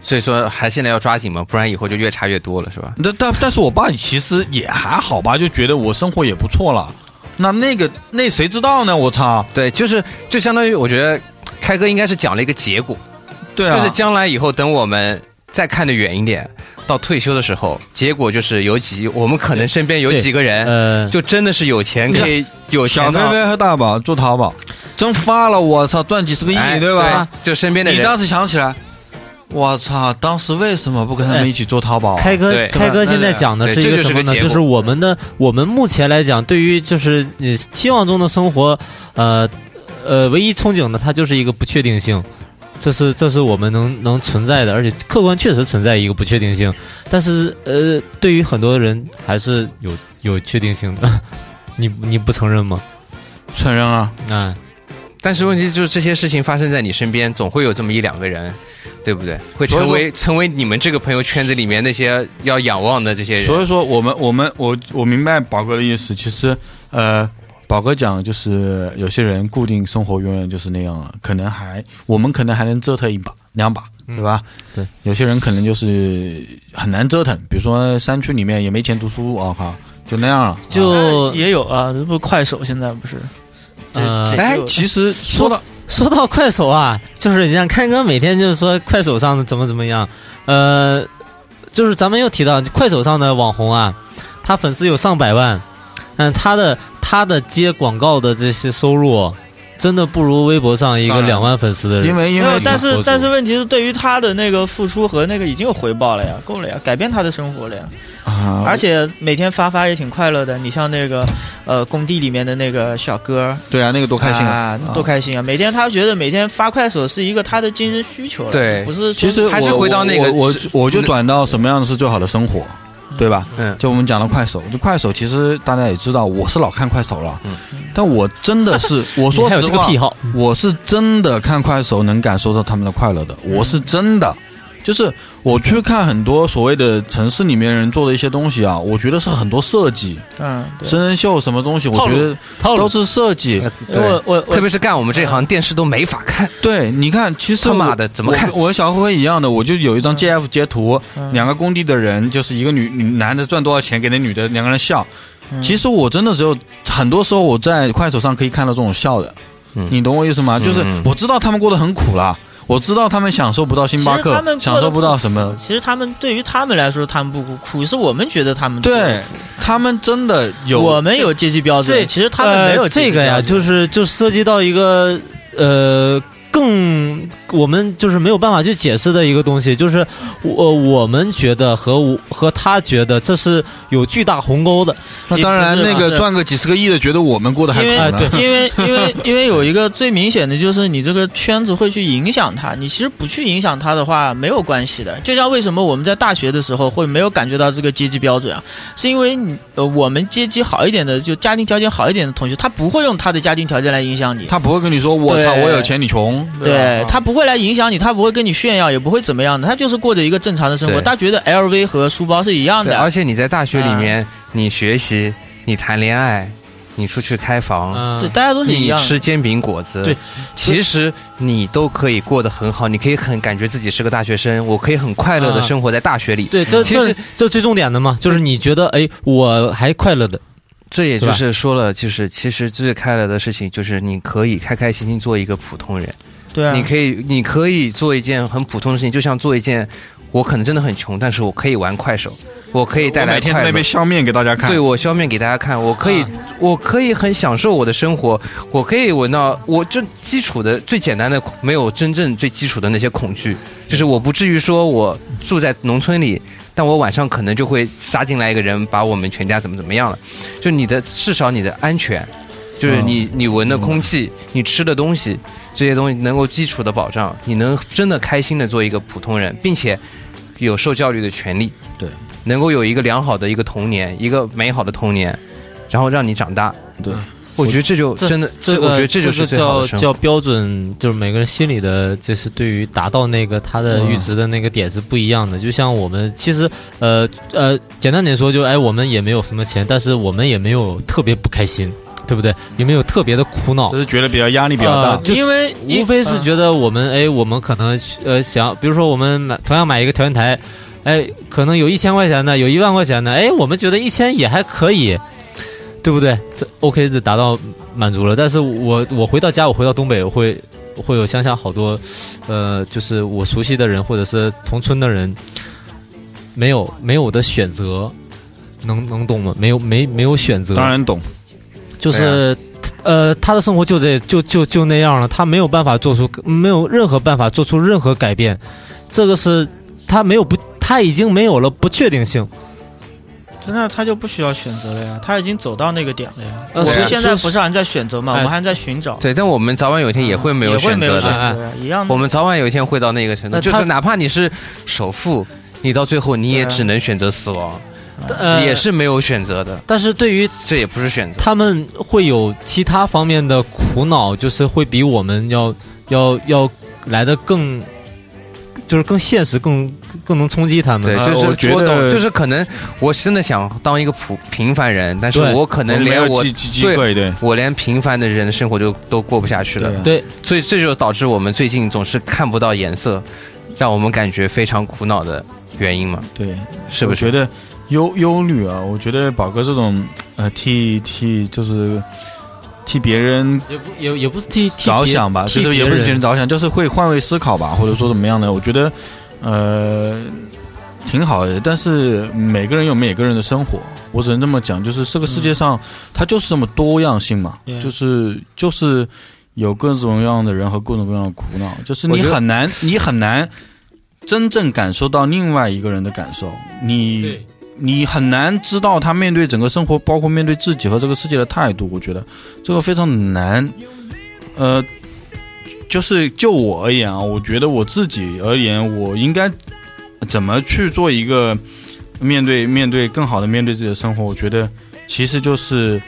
S2: 所以说还现在要抓紧嘛，不然以后就越差越多了，是吧？
S1: 但但但是我爸其实也还好吧，就觉得我生活也不错了。那那个那谁知道呢？我操！
S2: 对，就是就相当于我觉得开哥应该是讲了一个结果，
S1: 对啊，
S2: 就是将来以后等我们再看得远一点，到退休的时候，结果就是有几我们可能身边有
S4: 对
S2: 几个
S1: 哎
S2: 人
S4: 呃，
S2: 就真的是有钱可以有
S1: 小
S2: 钱
S1: 飞
S2: 到
S1: 飞和大宝做淘宝，
S4: 哎
S1: 真发了，我操，赚几十个亿，
S2: 哎
S1: 对吧？？
S2: 就身边的
S1: 你
S2: 人
S1: 当时想起来，我操，当时为什么不跟他
S4: 哎
S1: 们一起做淘宝啊？
S4: 开哥
S2: 哦对，
S4: 开哥现在讲的
S2: 对
S4: 是一
S2: 这就
S4: 个
S2: 是
S4: 什
S2: 个
S4: 么呢？
S2: 结
S4: 就
S2: 果
S4: 是我们的，我们目前来讲，对于就是你期望中的生活，呃呃，唯一憧憬的它就是一个不确定性，这是这是我们能能存在的，而且客观确实存在一个不确定性，但是呃，对于很多人还是有有确定性的， 你你不承认吗？
S1: 承认啊，
S4: 啊、
S2: 但是问题就是这些事情发生在你身边，总会有这么一两个人，对不对？会成
S1: 所以
S2: 为成为你们这个朋友圈子里面那些要仰望的这些人。
S1: 所以说我们我们我我明白宝哥的意思，其实呃，宝哥讲，就是有些人固定生活永远就是那样了，可能还我们可能还能折腾一把两把，对吧？
S4: 对，
S1: 有些人可能就是很难折腾，比如说山区里面也没钱读书啊，靠，就那样了。
S4: 就
S7: 也有啊，这不快手现在不是？这
S4: 呃
S7: 这
S1: 哎
S7: 就，
S1: 其实说到
S4: 说到快手啊，就是你像开哥每天就是说快手上的怎么怎么样，呃，就是咱们又提到快手上的网红啊，他粉丝有上百万，嗯，他的他的接广告的这些收入，真的不如微博上一
S1: 当
S4: 个
S1: 然
S4: 两万粉丝的
S1: 因
S4: 人。
S1: 为因
S7: 没
S1: 为
S7: 有，但
S4: 合
S7: 是
S4: 作
S7: 但是问题是，对于他的那个付出和那个已经有回报了呀，够了呀，改变他的生活了呀，
S1: 啊，
S7: 而且每天发发也挺快乐的。你像那个呃工地里面的那个小哥，
S1: 对啊，那个多开心
S7: 啊，多开心啊！每天他觉得每天发快手是一个他的精神需求了，
S2: 对
S7: 不是
S1: 其
S7: 说
S1: 实
S2: 还是
S1: 我
S2: 回到
S1: 我
S2: 那个
S1: 我
S2: 是
S1: 我我就转到什么样是最好的生活，对吧？
S2: 嗯
S1: 就我们讲到快手，就快手，其实大家也知道，我是老看快手了，
S2: 嗯
S1: 但我真的是，我
S4: 你
S1: 说
S4: 还有
S1: 实
S4: 这个
S1: 话，
S4: 癖好，
S1: 我是真的看快手能感受到他们的快乐的，我是真的，就是我去看很多所谓的城市里面人做的一些东西啊，我觉得是很多设计、
S7: 嗯，对
S1: 真人秀什么东西，我
S7: 套路
S1: 觉得
S4: 套
S1: 都是设计。
S2: 呃
S7: 我
S2: 对，
S7: 我我
S2: 特别是干我们这行，电视都没法看，
S1: 对，你看，其实
S2: 他
S1: 我
S2: 妈的怎么看
S1: 我我和小灰一样的，我就有一张 GF 截图，
S7: 嗯
S1: 两个工地的人，就是一个女女男的赚多少钱给那女的，两个人笑。
S7: 嗯
S1: 其实我真的只有很多时候我在快手上可以看到这种笑的，
S2: 嗯
S1: 你懂我意思吗？就是
S2: 嗯
S1: 我知道他们过得很苦了，我知道他们享受不到星巴
S7: 其实
S1: 克
S7: 他们，过得
S1: 享受不到什么，
S7: 其实他们对于他们来说，他们不苦，苦是我们觉得他们不
S1: 对
S7: 苦
S1: 他们真的有
S7: 我们有阶级标
S4: 这
S7: 准，其实他们没有
S4: 呃
S7: 阶级
S4: 这个呀，
S7: 标准
S4: 就是就涉及到一个呃更我们就是没有办法去解释的一个东西，就是我呃我们觉得和我和他觉得这是有巨大鸿沟的，
S1: 那当然
S7: 也不
S1: 那
S7: 是嘛哎
S1: 个
S7: 是
S1: 赚个几十个亿的，觉得我们过得还苦
S7: 因为
S1: 呢。
S4: 对
S7: 因为因为因为有一个最明显的就是你这个圈子会去影响他，你其实不去影响他的话没有关系的。就像为什么我们在大学的时候会没有感觉到这个阶级标准啊？是因为你呃我们阶级好一点的，就家庭条件好一点的同学，他不会用他的家庭条件来影响你。
S1: 他不会跟你说我
S7: 对
S1: 操我有钱你穷，
S2: 啊
S7: 对
S1: 吧
S7: 他不会来影响你，他不会跟你炫耀，也不会怎么样的，他就是过着一个正常的生活。
S2: 对
S7: 他觉得 LV 和书包是一样
S2: 对，而
S7: 的，
S2: 且你在大学里面，你学习，你谈恋爱，你出去开房。
S4: 嗯
S7: 对，大家都是一
S2: 你
S7: 样的。
S2: 吃煎饼果子，
S4: 对，
S2: 其实你都可以过得很好，你可以很感觉自己是个大学生，我可以很快乐的
S4: 嗯
S2: 生活在大学里。
S4: 对，这
S2: 其
S4: 这
S2: 实
S4: 是这最重点的嘛，就是你觉得哎，我还快乐的，
S2: 这也就
S4: 对吧
S2: 是说了，就是其实最快乐的事情就是你可以开开心心做一个普通人，
S7: 对啊，
S2: 你可以你可以做一件很普通的事情，就像做一件我可能真的很穷，但是我可以玩快手，我可以带
S1: 我
S2: 来
S1: 每天在
S2: 快
S1: 那
S2: 乐
S1: 边。削面给大家看。
S2: 对我消面给大家看，我可以，我可以很享受我的生活，我可以闻到我这基础的最简单的，没有真正最基础的那些恐惧，就是我不至于说我住在农村里，但我晚上可能就会杀进来一个人，把我们全家怎么怎么样了，就你的至少你的安全，就是你你闻的空气，你吃的东西这些东西能够基础的保障，你能真的开心的做一个普通人，并且有受教育的权利。能够有一个良好的一个童年，一个美好的童年，然后让你长大。
S1: 对，
S2: 我觉得这就
S4: 这
S2: 真的，
S4: 这
S2: 我
S4: 个
S2: 觉得这就是最好
S4: 叫
S2: 的生活。
S4: 叫标准，就是每个人心里的，就是对于达到那个他
S2: 嗯
S4: 的阈值的那个点是不一样的。就像我们其实呃呃，简单点说，就哎，我们也没有什么钱，但是我们也没有特别不开心，对不对？也没有特别的苦恼
S1: 只。是觉得比较压力比较大
S2: 啊
S4: 呃。就
S7: 因为
S4: 无非是
S7: 嗯
S4: 觉得我们哎，我们可能呃想，比如说我们买同样买一个调音台，哎，可能有一千块钱的，有一万块钱的，哎，我们觉得一千也还可以，对不对？这 OK 这达到满足了。但是我我回到家，我回到东北，我会会有乡下好多，呃，就是我熟悉的人或者是同村的人，没有没有我的选择，能能懂吗？没有没没有选择，
S1: 当然懂，
S4: 就是、
S2: 啊
S4: 呃，他的生活就这就就就那样了，他没有办法做出没有任何办法做出任何改变，这个是他没有不他已经没有了不确定性，
S7: 那他就不需要选择了呀，他已经走到那个点了呀。
S4: 呃
S7: 我
S2: 啊所
S7: 们
S2: 以
S7: 啊现在不是还在选择嘛，
S4: 哎
S7: 我们还在寻找，
S2: 对，但我们早晚有一天
S4: 啊
S2: 也会没有
S7: 也会
S2: 选
S7: 没
S2: 择
S7: 有
S2: 的啊嗯
S7: 选。
S4: 哎
S7: 择呀，一样的
S2: 我。们早晚有一天会到那个程度，
S4: 那
S2: 就
S4: 他
S2: 是哪怕你是首富，你到最后你也
S7: 对啊
S2: 只能选择死亡，
S4: 呃，
S2: 也，是没有选择的，
S4: 但是对于
S2: 这也不是选择。
S4: 他们会有其他方面的苦恼，就是会比我们要要要来的更就是更现实，更更能冲击他们啊
S1: 呃
S2: 对，
S4: 吧。
S2: 就是
S1: 我觉
S2: 我懂，
S1: 得
S2: 就是可能我真的想当一个普平凡人，但是
S4: 对
S2: 我可能
S1: 没
S2: 连
S1: 有
S2: 我
S1: 机机机会，对，
S2: 我连平凡的人的生活就都过不下去了
S1: 对，啊
S4: 对，
S2: 所以这就导致我们最近总是看不到颜色，让我们感觉非常苦恼的原因嘛，
S1: 对，
S2: 是
S1: 我
S2: 不
S1: 觉
S2: 是？
S1: 得忧忧虑啊，我觉得宝哥这种呃替替就是替别人
S4: 也不也也不是替替
S1: 着
S4: 别
S1: 想吧，
S4: 替
S1: 就是也不是替
S4: 别
S1: 人
S4: 人
S1: 着想，就是会换位思考吧，或者说怎么样的，我觉得呃挺好的。但是每个人有每个人的生活，我只能这么讲，就是这个世界上、它就是这么多样性嘛，
S7: Yeah
S1: 就是就是有各种各样的人和各种各样的苦恼，就是
S2: 我
S1: 你
S2: 觉得
S1: 很难你很难真正感受到另外一个人的感受，你。
S4: 对
S1: 你很难知道他面对整个生活，包括面对自己和这个世界的态度。我觉得这个非常难。呃，就是就我而言啊，我觉得我自己而言，我应该怎么去做一个面对面对更好的面对自己的生活？我觉得其实就是，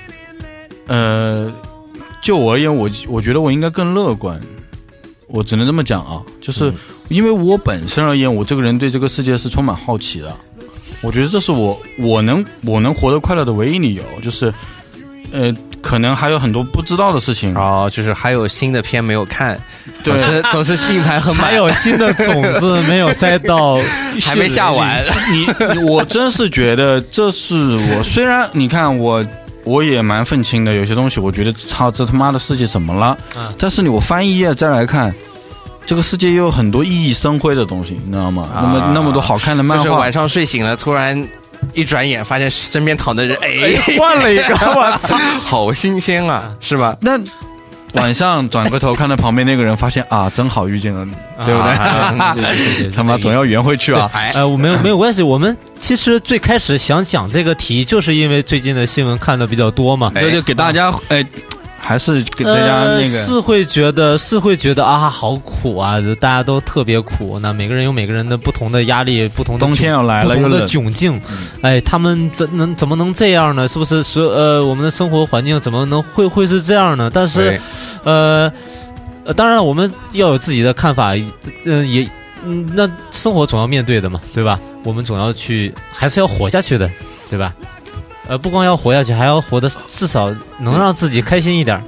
S1: 呃，就我而言，我我觉得我应该更乐观。我只能这么讲啊，就是
S4: 嗯
S1: 因为我本身而言，我这个人对这个世界是充满好奇的。我觉得这是我我能我能活得快乐的唯一理由，就是，呃，可能还有很多不知道的事情。
S2: 哦，就是还有新的片没有看，
S1: 对
S2: 总是总是硬盘很满
S4: 还，有新的种子没有塞到
S2: 还没下完，
S1: 你你我真是觉得这是我，虽然你看我我也蛮愤青的，有些东西我觉得操这他妈的世界怎么了？
S4: 嗯
S1: 但是你我翻一页再来看。这个世界也有很多熠熠生辉的东西，你知道吗？那么
S2: 啊
S1: 那么多好看的漫
S2: 就是
S1: 画
S2: 晚，上睡醒了，突然一转眼发现身边躺的人，哎，
S4: 换了一个，我操！
S2: 好新鲜啊，是吧？
S1: 那晚上转过头看到旁边那个人，发现啊，真好遇见了你， 对不对？
S4: 啊对对对对
S1: 他妈
S4: 这个
S1: 总
S4: 意思
S1: 要圆回去啊！
S2: 哎，
S4: 呃，我没有没有关系。我们其实最开始想讲这个题，就是因为最近的新闻看的比较多嘛。
S2: 哎
S1: 对，就给大家哎，还是给大家
S4: 呃
S1: 那个
S4: 是会觉得是会觉得啊，好苦啊，就大家都特别苦。那每个人有每个人的不同的压力，不同的
S1: 冬
S4: 窘
S1: 天要来
S4: 不
S1: 了，又嗯
S4: 同
S1: 冷
S4: 的，窘境，哎，他们怎能怎么能这样呢？是不是所有呃我们的生活环境怎么能会会是这样呢？但是
S2: 对
S4: 呃，呃，当然了我们要有自己的看法，嗯、也，嗯，那生活总要面对的嘛，对吧？我们总要去，还是要活下去的，对吧？呃，不光要活下去，还要活得至少能让自己开心一点，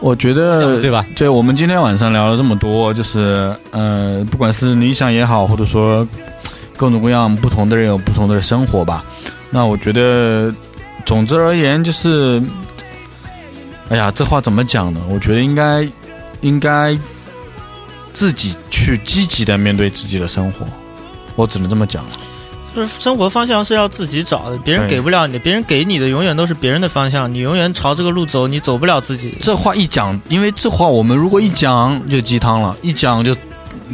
S1: 我觉
S4: 这样
S1: 得
S4: 对吧？
S1: 对，我们今天晚上聊了这么多，就是呃，不管是理想也好，或者说各种各样不同的人有不同的生活吧。那我觉得，总之而言就是，哎呀，这话怎么讲呢？我觉得应该应该自己去积极的面对自己的生活，我只能这么讲。
S7: 就是生活方向是要自己找的，别人
S1: 对
S7: 给不了你的，别人给你的永远都是别人的方向，你永远朝这个路走，你走不了自己。
S1: 这话一讲，因为这话我们如果一讲就鸡汤了，一讲就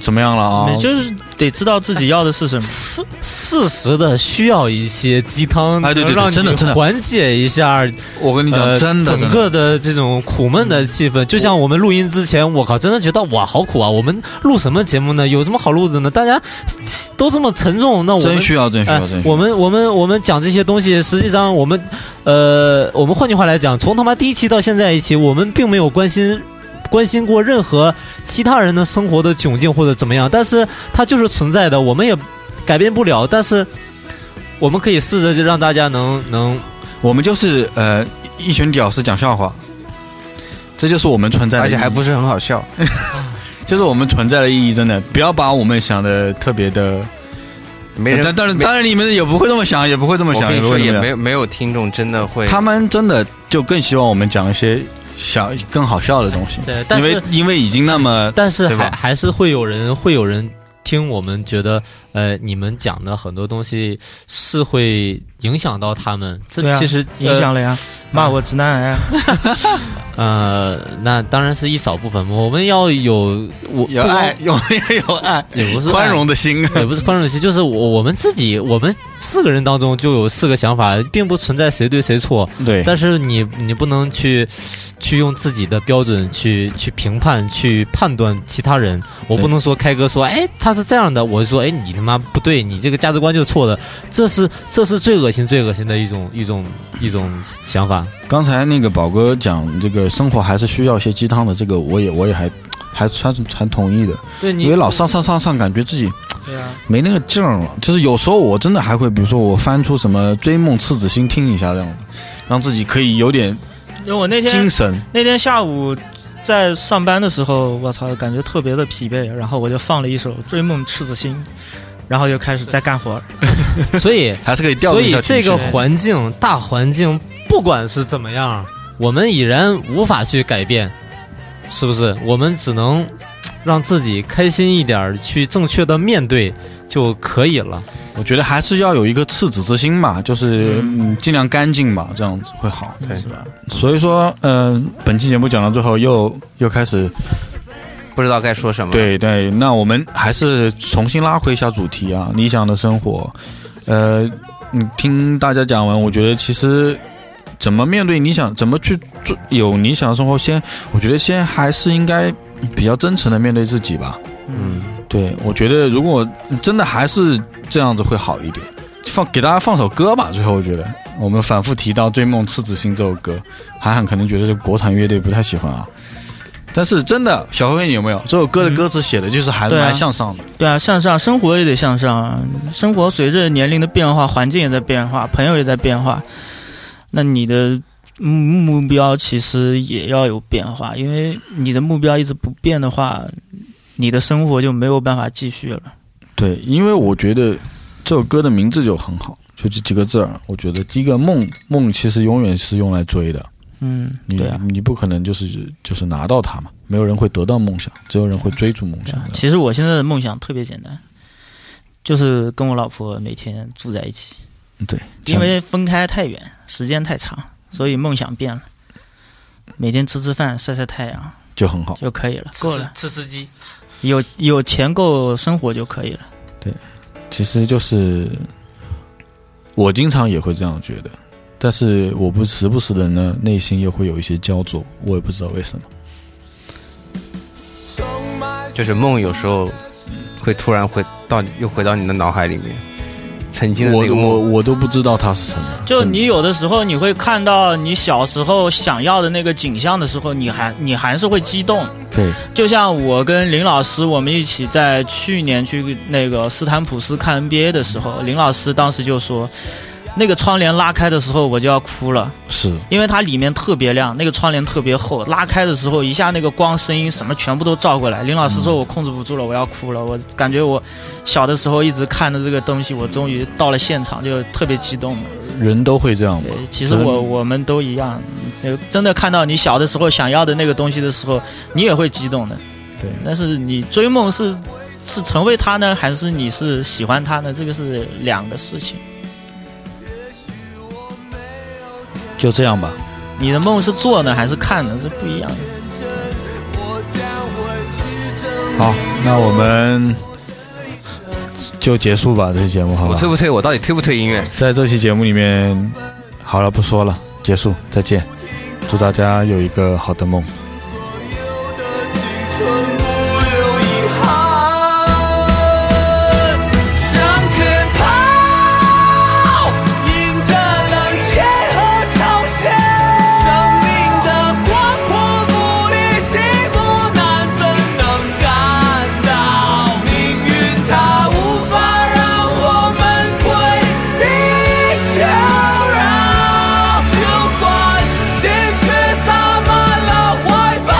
S1: 怎么样了啊？
S2: 哦
S7: 就是得知道自己要的 是什么。
S4: 适适时的需要一些鸡汤，
S1: 哎对对对
S4: 能让
S1: 真的
S4: 你
S1: 真的
S4: 缓解一下
S1: 我跟你讲，
S4: 呃
S1: 真的，
S4: 整
S1: 真的
S4: 个的这种苦闷的气氛，就像我们录音之前，我靠，真的觉得哇，好苦啊！我们录什么节目呢？有什么好录的呢？大家都这么沉重，那我
S1: 真
S4: 们。
S1: 需要，真需
S4: 哎
S1: 要，真，需要。
S4: 我们我们我们讲这些东西，实际上我们，呃，我们换句话来讲，从他妈第一期到现在一期，我们并没有关心关心过任何其他人的生活的窘境或者怎么样，但是它就是存在的，我们也改变不了，但是我们可以试着就让大家能能
S1: 我们就是呃一群屌丝讲笑话，这就是我们存在的
S2: 而
S1: 意义，
S2: 且还不是很好笑，
S1: 就是我们存在的意义，真的不要把我们想的特别的。呃
S2: 没人。
S1: 但当然
S2: 没
S1: 当然你们也不会这么想，也不会这么
S2: 我
S1: 想，
S2: 跟你
S1: 不
S2: 说，
S1: 会这
S2: 也
S1: 么想
S2: 没有没有听众真的会
S1: 他们真的就更希望我们讲一些小更好笑的东西，
S4: 对，但
S1: 因
S4: 是
S1: 为因为已经那么
S4: 但是
S1: 对吧
S4: 还还是会有人会有人听我们觉得，呃，你们讲的很多东西是会影响到他们，
S7: 对
S4: 这
S7: 啊
S4: 其实、
S2: 呃
S7: 影响了呀，
S2: 嗯
S7: 骂我直男 癌啊，
S4: 呃。呃，那当然是一少部分，我们要有我
S1: 有
S4: 不光
S1: 爱，
S2: 啊
S1: 有有爱，
S4: 也不是爱
S1: 宽容。的心。啊
S4: 也不是宽容期，就是我我们自己，我们四个人当中就有四个想法，并不存在谁对谁错。
S1: 对，
S4: 但是你你不能去去用自己的标准去去评判、去判断其他人。我不能说开哥说，哎，他是这样的，我就说，哎，你他妈不对，你这个价值观就是错的，这是这是最恶心、最恶心的一种一种一种想法。
S1: 刚才那个宝哥讲这个生活还是需要一些鸡汤的，这个我也我也还还传传统一的，
S4: 对你
S1: 因为老上上上上，感觉自己
S7: 对啊，
S1: 没那个劲儿了。就是有时候我真的还会，比如说我翻出什么《追梦赤子心》听一下这样子，让自己可以有点
S7: 因为我那天
S1: 精神。
S7: 那天下午在上班的时候，我操，感觉特别的疲惫，然后我就放了一首《追梦赤子心》，然后就开始在干活儿。
S4: 所 以
S1: 还是可以调
S4: 所
S1: 动一
S4: 以
S1: 下情
S4: 这
S1: 绪。
S4: 个环境大环境不管是怎么样，我们已然无法去改变，是不是？我们只能嘖让自己开心一点儿，去正确的面对就可以了。
S1: 我觉得还是要有一个赤子之心吧，就是嗯，尽量干净吧，这样子会好。
S2: 对，
S1: 所以说，嗯、本期节目讲到最后又又开始，
S2: 不知道该说什么。，
S1: 对对，那我们还是重新拉回一下主题啊，理想的生活，呃，你听大家讲完，我觉得其实怎么面对理想，怎么去做有理想的生活，先我觉得先还是应该比较真诚的面对自己吧。
S2: 嗯，
S1: 对，我觉得如果真的还是这样子会好一点。放给大家放首歌吧，最后我觉得我们反复提到《追梦赤子心》这首歌，涵涵可能觉得这国产乐队不太喜欢啊，但是真的，小黑你有没有这首歌的歌词写的就是还
S7: 对啊
S1: 蛮向上的，
S7: 对啊，向上，生活也得向上。生活随着年龄的变化，环境也在变化，朋友也在变化，那你的目目标其实也要有变化，因为你的目标一直不变的话，你的生活就没有办法继续了。
S1: 对，因为我觉得这首歌的名字就很好，就这几个字儿，我觉得第一个梦梦其实永远是用来追的，
S7: 嗯，
S1: 你
S7: 对啊。
S1: 你不可能就是就是拿到它嘛，没有人会得到梦想，只有人会追逐梦想。
S7: 啊其实我现在的梦想特别简单，就是跟我老婆每天住在一起，
S1: 对，啊
S7: 因为分开太远，时间太长，所以梦想变了。每天吃吃饭、晒晒太阳
S1: 就很好。
S7: 就可以了，够了，
S4: 吃吃鸡。
S7: 有有钱够生活就可以了。
S1: 其实就是我经常也会这样觉得，但是我不时不时的呢，内心又会有一些焦灼，我也不知道为什么。
S2: 就是梦有时候会突然回到又回到你的脑海里面，曾经的
S1: 我
S2: 那个
S1: 我
S2: 梦。
S1: 我都不知道它是什么。
S7: 就
S1: 真的
S7: 你有的时候你会看到你小时候想要的那个景象的时候，你还你还是会激动。
S1: 对
S7: 就像我跟林老师，我们一起在去年去那个斯坦普斯看 NBA 的时候，林老师当时就说，那个窗帘拉开的时候我就要哭了，
S1: 是
S7: 因为它里面特别亮，那个窗帘特别厚，拉开的时候一下那个光、声音什么全部都照过来。林老师说，我控制不住了，我要哭了。我感觉我小的时候一直看着这个东西，我终于到了现场，就特别激动了。
S1: 人都会这样吗
S7: 对？，其实我我们都一样，就真的看到你小的时候想要的那个东西的时候，你也会激动的。
S1: 对
S7: 但是你追梦是是成为他呢，还是你是喜欢他呢？这个是两个事情。
S1: 就这样吧。
S7: 你的梦是做呢，还是看呢？这不一样的。
S1: 好，那我们就结束吧，这期节目好
S2: 我
S1: 吧
S2: 推？不推？我到底推不推音乐？
S1: 在这期节目里面，好了，不说了，结束，再见。祝大家有一个好的梦。
S3: 向前跑，迎着冷夜和嘲笑。生命的广阔不力，疾苦难分能感到。命运它无法让我们跪地求饶，就算鲜血洒满了怀抱。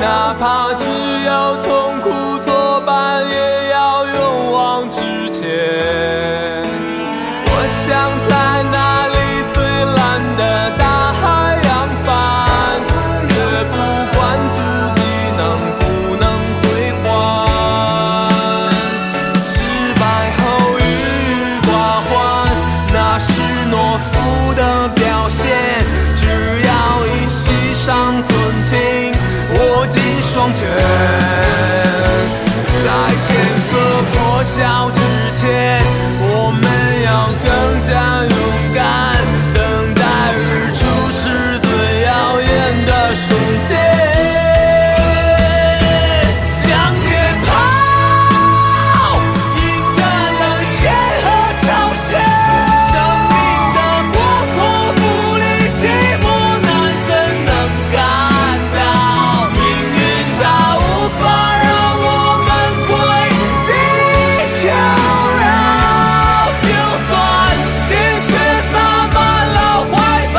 S3: 哪怕只有痛苦作伴，也要勇往直前。我想在那里最蓝的大海扬帆，也不管自己能不能归还。失败后郁郁寡欢，那是懦夫的表现。只要一息尚存，请握紧双拳，在天色破晓之前，我们要更加勇敢，等待日出是最耀眼的瞬间。向前跑，迎着冷眼和嘲笑，生命的广阔不离寂寞，难怎能感到？命运它无法让我们归地求饶，就算鲜血洒满了怀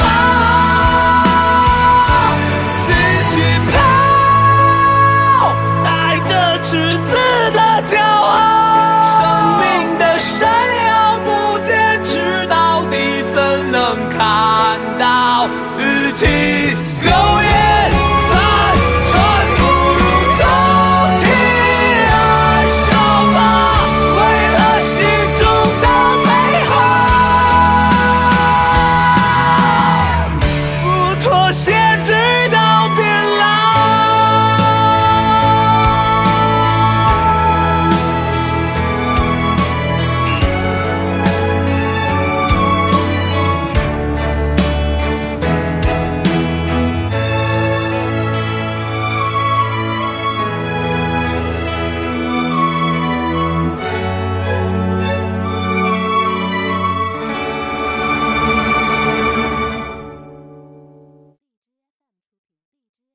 S3: 抱，继续跑。带着赤子